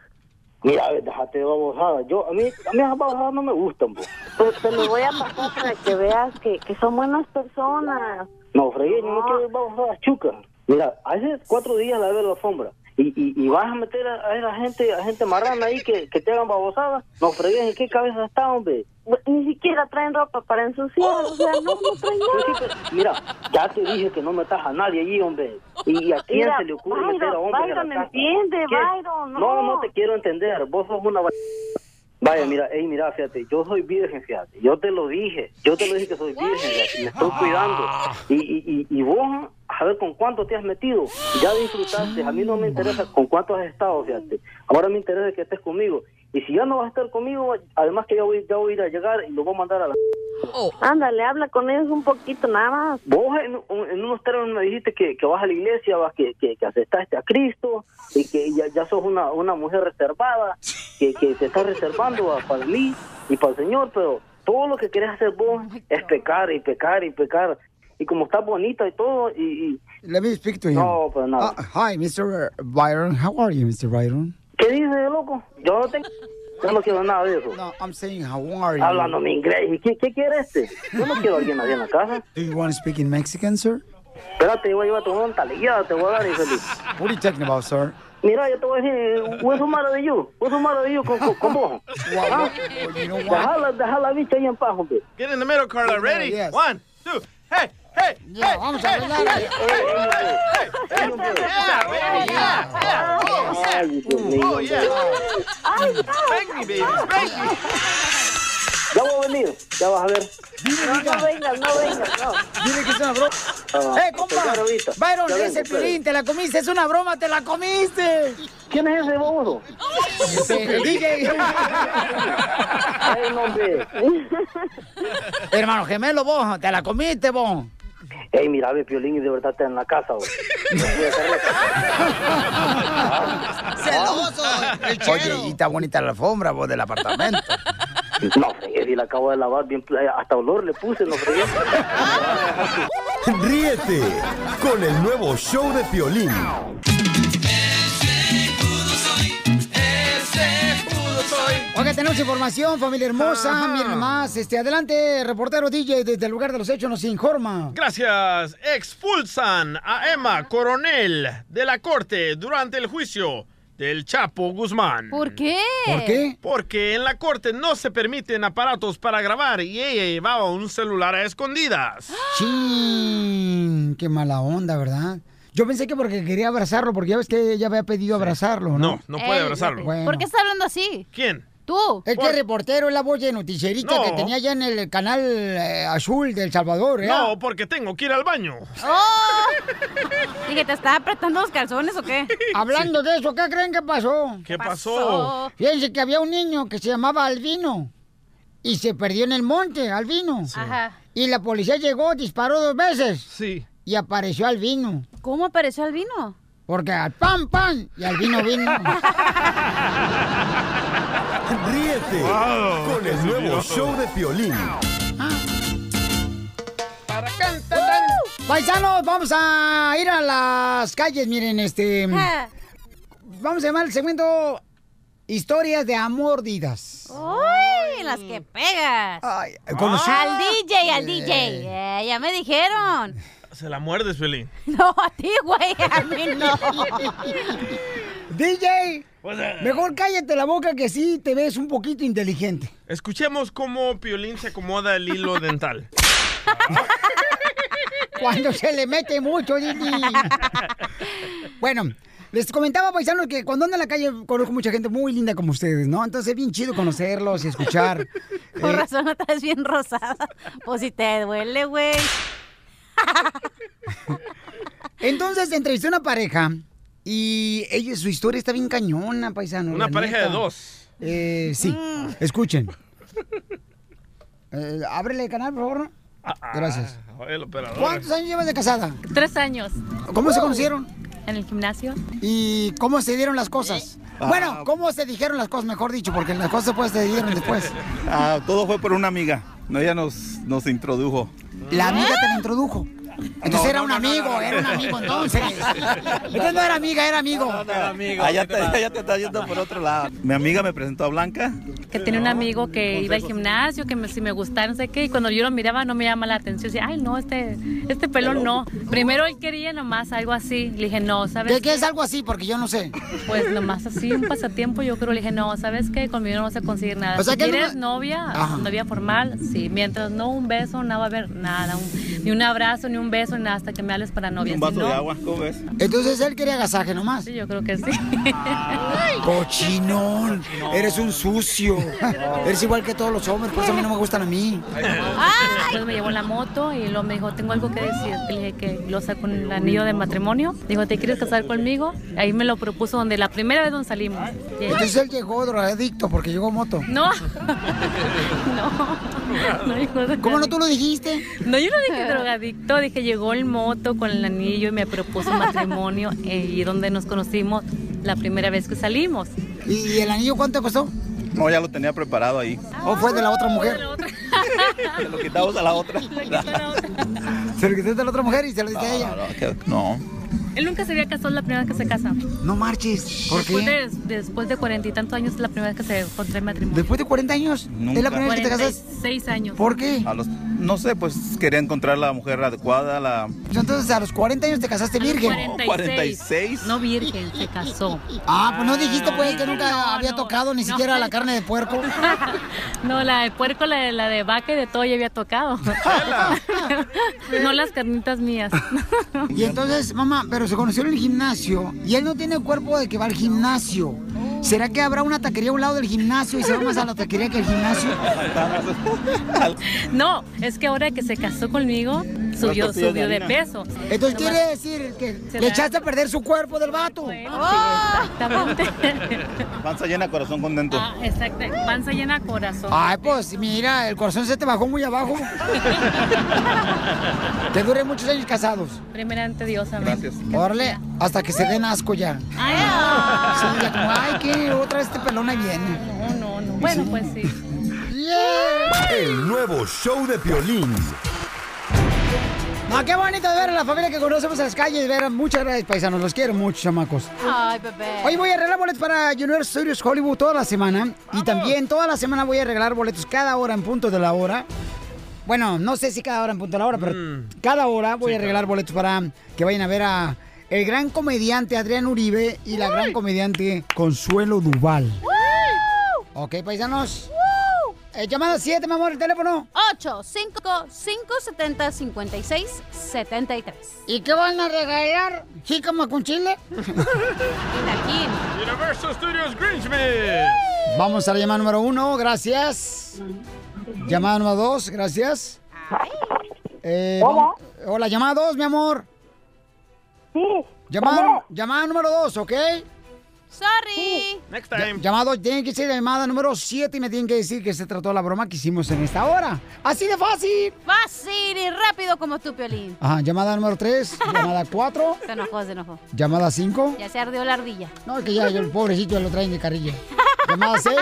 X: Mira, a ver, déjate de babosada. Yo, a mí, a mí esas babosadas no me gustan, po.
J: Pues te lo voy a pasar para que veas que, que son buenas personas.
X: No, fregué,
J: Ah.
X: yo no quiero ir babosadas chucas. Mira, hace cuatro días la veo la alfombra. Y, y, y vas a meter a, a la gente, a gente marrana ahí que, que te hagan babosadas. No, fregué, ¿en qué cabeza está, hombre?
J: Pues, Ni siquiera traen ropa para ensuciar, o sea, no, no traen nada.
X: Pues Mira, ya te dije que no metas a nadie allí, hombre. ¿Y a quién
J: Mira,
X: se le ocurre
J: Byron,
X: meter a hombres a
J: Byron,
X: la casa?
J: entiende,
X: ¿Qué?
J: Byron, no.
X: no, te quiero entender. Vos sos una... va- Vaya, mira, ey, mira, fíjate, yo soy virgen, fíjate. Yo te lo dije. Yo te lo dije que soy virgen, fíjate, y me estoy cuidando. Y, y, y, y vos, a ver, ¿con cuánto te has metido? Ya disfrutaste. A mí no me interesa con cuánto has estado, fíjate. Ahora me interesa que estés conmigo. Y si ya no vas a estar conmigo, además que ya voy, ya voy a ir a llegar y lo voy a mandar a la...
J: Ándale, habla con ellos un poquito nada más.
X: Vos en, un- en unos términos me dijiste que, que vas a la iglesia, vas que, que, que aceptaste a Cristo y que ya, ya sos una, una mujer reservada, que, que te estás reservando va, para mí y para el Señor, pero todo lo que querés hacer vos es pecar y pecar y pecar. Y como estás bonita y todo, y... y-
B: Let me speak to him.
X: No, pero nada.
B: Ah, hi, Mr. Byron. How are you, Mr. Byron?
X: ¿Qué dices, loco? Yo no, tengo, yo no quiero nada de eso.
B: No, I'm saying how are you?
X: Hablándome inglés. ¿Y qué, qué quiere este? Yo no quiero a alguien así en la casa.
B: Do you want to speak in Mexican, sir?
X: Espérate, yo voy a llevar tu monta, ya te voy a dar, infeliz.
B: What are you talking about, sir?
X: Mira, yo te voy a decir, hueso maravilloso, hueso maravilloso con, con, con vos. Ah, Dejala, dejala la bicha ahí en paz, hombre.
C: Get in the middle, Carla. Ready? One, two, hey, hey, hey,
B: vamos
C: hey,
B: a bailar.
C: hey, hey, hey, hey, hey, yeah, baby, yeah, yeah, oh, yeah.
X: Ay, Dios mío.
C: Oh, yeah. Spank me, baby, spank me.
X: Ya voy a venir, ya vas a ver.
J: No, no vengas, no vengas, no.
B: Dile que es una broma.
X: Ah,
B: ¡Eh, compa!
X: claro, ahorita.
B: Byron, es
X: Ya vengo, pues.
B: el
X: espera.
B: Piolín, te la comiste, es una broma, te la comiste.
X: ¿Quién es ese bobo?
B: Este Ese DJ.
X: Ay, no, hombre.
B: Hermano gemelo, vos, te la comiste, vos.
X: Ey, mira, ve, Piolín, y de verdad está en la casa, güey.
B: ¡Celoso! Ah. Oye, y está bonita la alfombra, vos, del apartamento.
X: No, fregué, si la acabo de lavar bien, eh, hasta olor le puse, no fregué.
G: Ríete con el nuevo show de Piolín.
B: Oiga, tenemos información, familia hermosa. Miren más, este, adelante, reportero DJ, desde el lugar de los hechos nos informa.
C: Gracias. Expulsan a Emma Coronel de la corte durante el juicio del Chapo Guzmán.
D: ¿Por qué?
C: Porque en la corte no se permiten aparatos para grabar y ella llevaba un celular a escondidas.
B: ¡Ah! Chin, qué mala onda, ¿verdad? Yo pensé que porque quería abrazarlo, porque ya ves que ella había pedido abrazarlo, ¿no?
C: No puede abrazarlo.
B: Bueno.
D: ¿Por qué está hablando así?
C: ¿Quién?
D: Tú.
B: Es que
D: Por-
B: el reportero es la voz de noticierita
C: No.
B: que tenía ya en el canal eh, azul del Salvador, ¿eh?
C: No, porque tengo que ir al baño.
D: ¡Oh! ¿Y que te estaba apretando los calzones o qué?
B: Hablando de eso, ¿qué creen que pasó?
C: ¿Qué pasó?
B: Fíjense que había un niño que se llamaba Albino y se perdió en el monte, Albino.
D: Ajá.
B: Y la policía llegó, disparó dos veces.
C: Sí.
B: Y apareció Albino.
D: ¿Cómo apareció Albino?
B: Porque al pam, pam, y Albino vino.
G: Ríete con el nuevo show de Piolín.
B: Paisanos, vamos a ir a las calles, miren, este...
D: Ah.
B: Vamos a llamar el segmento Historias de Amordidas.
D: ¡Uy! Las que pegas.
B: conocí-
D: Al DJ, al DJ. Eh, ya me dijeron.
C: Se la muerdes, Pelín.
D: No, a ti, güey. A mí no.
B: DJ,
C: What's up?
B: mejor cállate la boca que sí te ves un poquito inteligente.
C: Escuchemos cómo Piolín se acomoda el hilo dental.
B: Cuando se le mete mucho, Didi. Bueno, les comentaba, paisanos, que cuando ando en la calle conozco mucha gente muy linda como ustedes, ¿no? Entonces es bien chido conocerlos y escuchar.
D: Por
B: Eh,
D: razón no estás bien rosada. Pues si te duele, güey.
B: Entonces entrevisté a una pareja y ellos, su historia está bien cañona, paisano.
C: Una
B: la
C: pareja de
B: neta.
C: dos. Ah.
B: Eh, sí, escuchen. Eh, ábrele el canal, por favor. Gracias.
C: Ah, el operador.
B: ¿Cuántos años llevas de casada?
F: Tres años.
B: ¿Cómo se conocieron?
F: En el gimnasio.
B: ¿Y cómo se dieron las cosas?
M: Ah.
B: Bueno, ¿cómo se dijeron las cosas, mejor dicho? Porque las cosas pues, se dieron después.
M: Ah, todo fue por una amiga. No, ella nos, nos introdujo.
B: La amiga te la introdujo. Entonces
M: No,
B: era
M: no,
B: un
M: no,
B: amigo,
M: no, no, no.
B: era un amigo entonces. Entonces no era amiga, era amigo.
M: Allá Ah, te, allá te está yendo por otro lado. Mi amiga me presentó a Blanca.
F: Que tenía un amigo que iba al gimnasio, que me- si me gustaba, no sé qué. Y cuando yo lo miraba, no me llama la atención. Decía, ay, no, este, este pelón no. Primero él quería nomás algo así. Le dije, no, ¿sabes
B: ¿Qué, qué es algo así? Porque yo no sé.
F: Pues nomás así, un pasatiempo. Yo creo, le dije, no, ¿sabes qué? Conmigo no vas a conseguir nada.
B: O sea
F: si
B: que él
F: quieres
B: no-
F: novia,
B: Ajá.
F: novia formal, sí. Mientras no un beso, nada va a haber nada. un- ni un abrazo, ni un beso, ni nada, hasta que me hables para novia.
M: Un
F: Si
M: vaso
F: no-
M: de agua, ¿cómo ves?
B: Entonces él quería agasaje nomás. Sí,
F: yo creo que sí.
B: Cochinón, eres un sucio. Eres igual que todos los hombres, por eso a mí no me gustan a mí.
F: Ah, Después me llevó en la moto y luego me dijo, tengo algo que decir. Le dije que lo saco en el anillo de matrimonio. Dijo, ¿te quieres casar conmigo? Ahí me lo propuso donde la primera vez donde salimos. Y-
B: Entonces él llegó drogadicto porque llegó moto.
F: No. no dijo drogadicto.
B: ¿Cómo no tú lo dijiste?
F: No, yo no dije drogadicto, dije llegó el moto con el anillo y me propuso matrimonio eh, y donde nos conocimos la primera vez que salimos.
B: ¿Y el anillo cuánto costó?
M: No, ya lo tenía preparado ahí.
B: ¿O fue de la otra mujer?
M: Se lo quitamos a la otra.
B: Se lo quitaste a la otra mujer y se lo diste a
M: No,
B: ella.
M: no, que- no.
F: Él nunca se había casado la primera vez que se casa.
B: No marches. ¿Por
F: Después
B: qué?
F: de, después de cuarenta y tantos años es la primera vez que se contrae matrimonio.
B: Después de 40 años,
M: Nunca.
B: es la primera vez que te casas.
F: 46 años.
B: ¿Por qué?
M: A los, no sé, pues quería encontrar la mujer adecuada, la...
B: Entonces a los 40 años te casaste virgen.
M: 46.
F: No virgen, se casó. Ah.
B: Ah, pues no dijiste pues que
F: Virgen,
B: nunca
F: no,
B: había
F: no.
B: tocado ni
F: No.
B: siquiera la carne de puerco.
F: No, la de puerco, la de, la de vaca y de todo ya había tocado. no las carnitas mías.
B: Y entonces, mamá, pero se conocieron en el gimnasio y él no tiene cuerpo de que va al gimnasio. ¿Será que habrá una taquería a un lado del gimnasio y se va más a la taquería que al gimnasio?
F: No, es que ahora que se casó conmigo, subió,
B: pastillas de
F: subió de
B: harina.
F: peso.
B: Entonces quiere decir que
F: Se
B: le
F: la-
B: echaste a perder su cuerpo del vato.
F: exactamente.
M: Panza llena, corazón contento.
F: Ah. Exacto, panza llena, corazón.
B: Ay, pues mira, el corazón se te bajó muy abajo. Que dure muchos años casados.
F: Primero ante Dios, amén.
B: Órale, hasta que se den asco ya. Sí, ya como, ay, que otra vez este pelón ahí viene.
F: No, no, no. Bueno, pues sí.
G: El nuevo show de Piolín.
B: No, qué bonito de ver a la familia que conocemos en las calles. Ver, muchas gracias, paisanos. Los quiero mucho, chamacos.
D: Ay, bebé.
B: Hoy voy a arreglar boletos para Junior Studios Hollywood toda la semana. Y también toda la semana voy a arreglar boletos cada hora en punto de la hora. Bueno, no sé si cada hora en punto de la hora, pero cada hora voy a arreglar boletos para que vayan a ver a el gran comediante Adrián Uribe y la gran comediante Consuelo Duval. Ok, paisanos. Eh, llamada 7, mi amor, el teléfono.
D: 8 5 5 70 56 73.
B: ¿Y qué van a regalar? ¿Jícama con chile?
C: Universal Studios Grinchman.
B: Vamos a la llamada número uno, gracias. Llamada número dos, gracias. Eh,
N: Hola.
B: vam- Hola, llamada dos, mi amor. Sí. Llamada, llamada número dos, ¿ok?
D: Sorry.
C: Next
B: Ya- Llamado, tiene que ser llamada número 7 y me tienen que decir que se trató la broma que hicimos en esta hora. Así de fácil.
D: Fácil y rápido como tú, Piolín.
B: Ajá, llamada número 3, llamada 4,
D: Se enojó, se enojó.
B: llamada 5.
D: Ya se ardió la ardilla.
B: No, que ya yo, el pobrecito lo traen de carrilla. Llamada 6,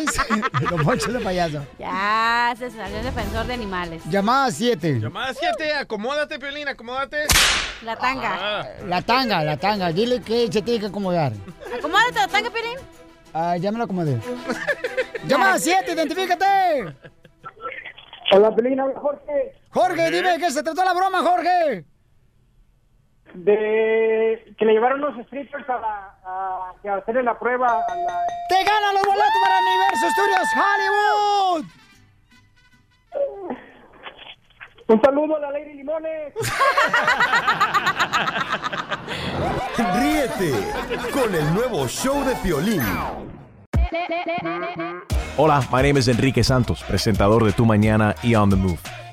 B: los ponches de payaso.
D: Ya se salió el defensor de animales.
B: Llamada 7,
C: Llamada 7, acomódate, Piolín, acomódate.
D: La tanga.
B: la tanga, la tanga. Dile que se tiene que acomodar.
D: Acomódate la tanga, Piolín.
B: Ah, ya me la acomodé. Llamada 7, identifícate.
O: Hola, Pelín, habla Jorge.
B: Jorge, dime de qué se trató la broma, Jorge.
O: De que le llevaron los strippers a, la- a- que hacerle la prueba a la...
B: ¡Te ganan los boletos para Universo Studios Hollywood!
O: Un saludo a la Lady Limones.
G: Ríete con el nuevo show de Piolín.
P: Hola, my name is Enrique Santos, presentador de Tu Mañana y On the Move.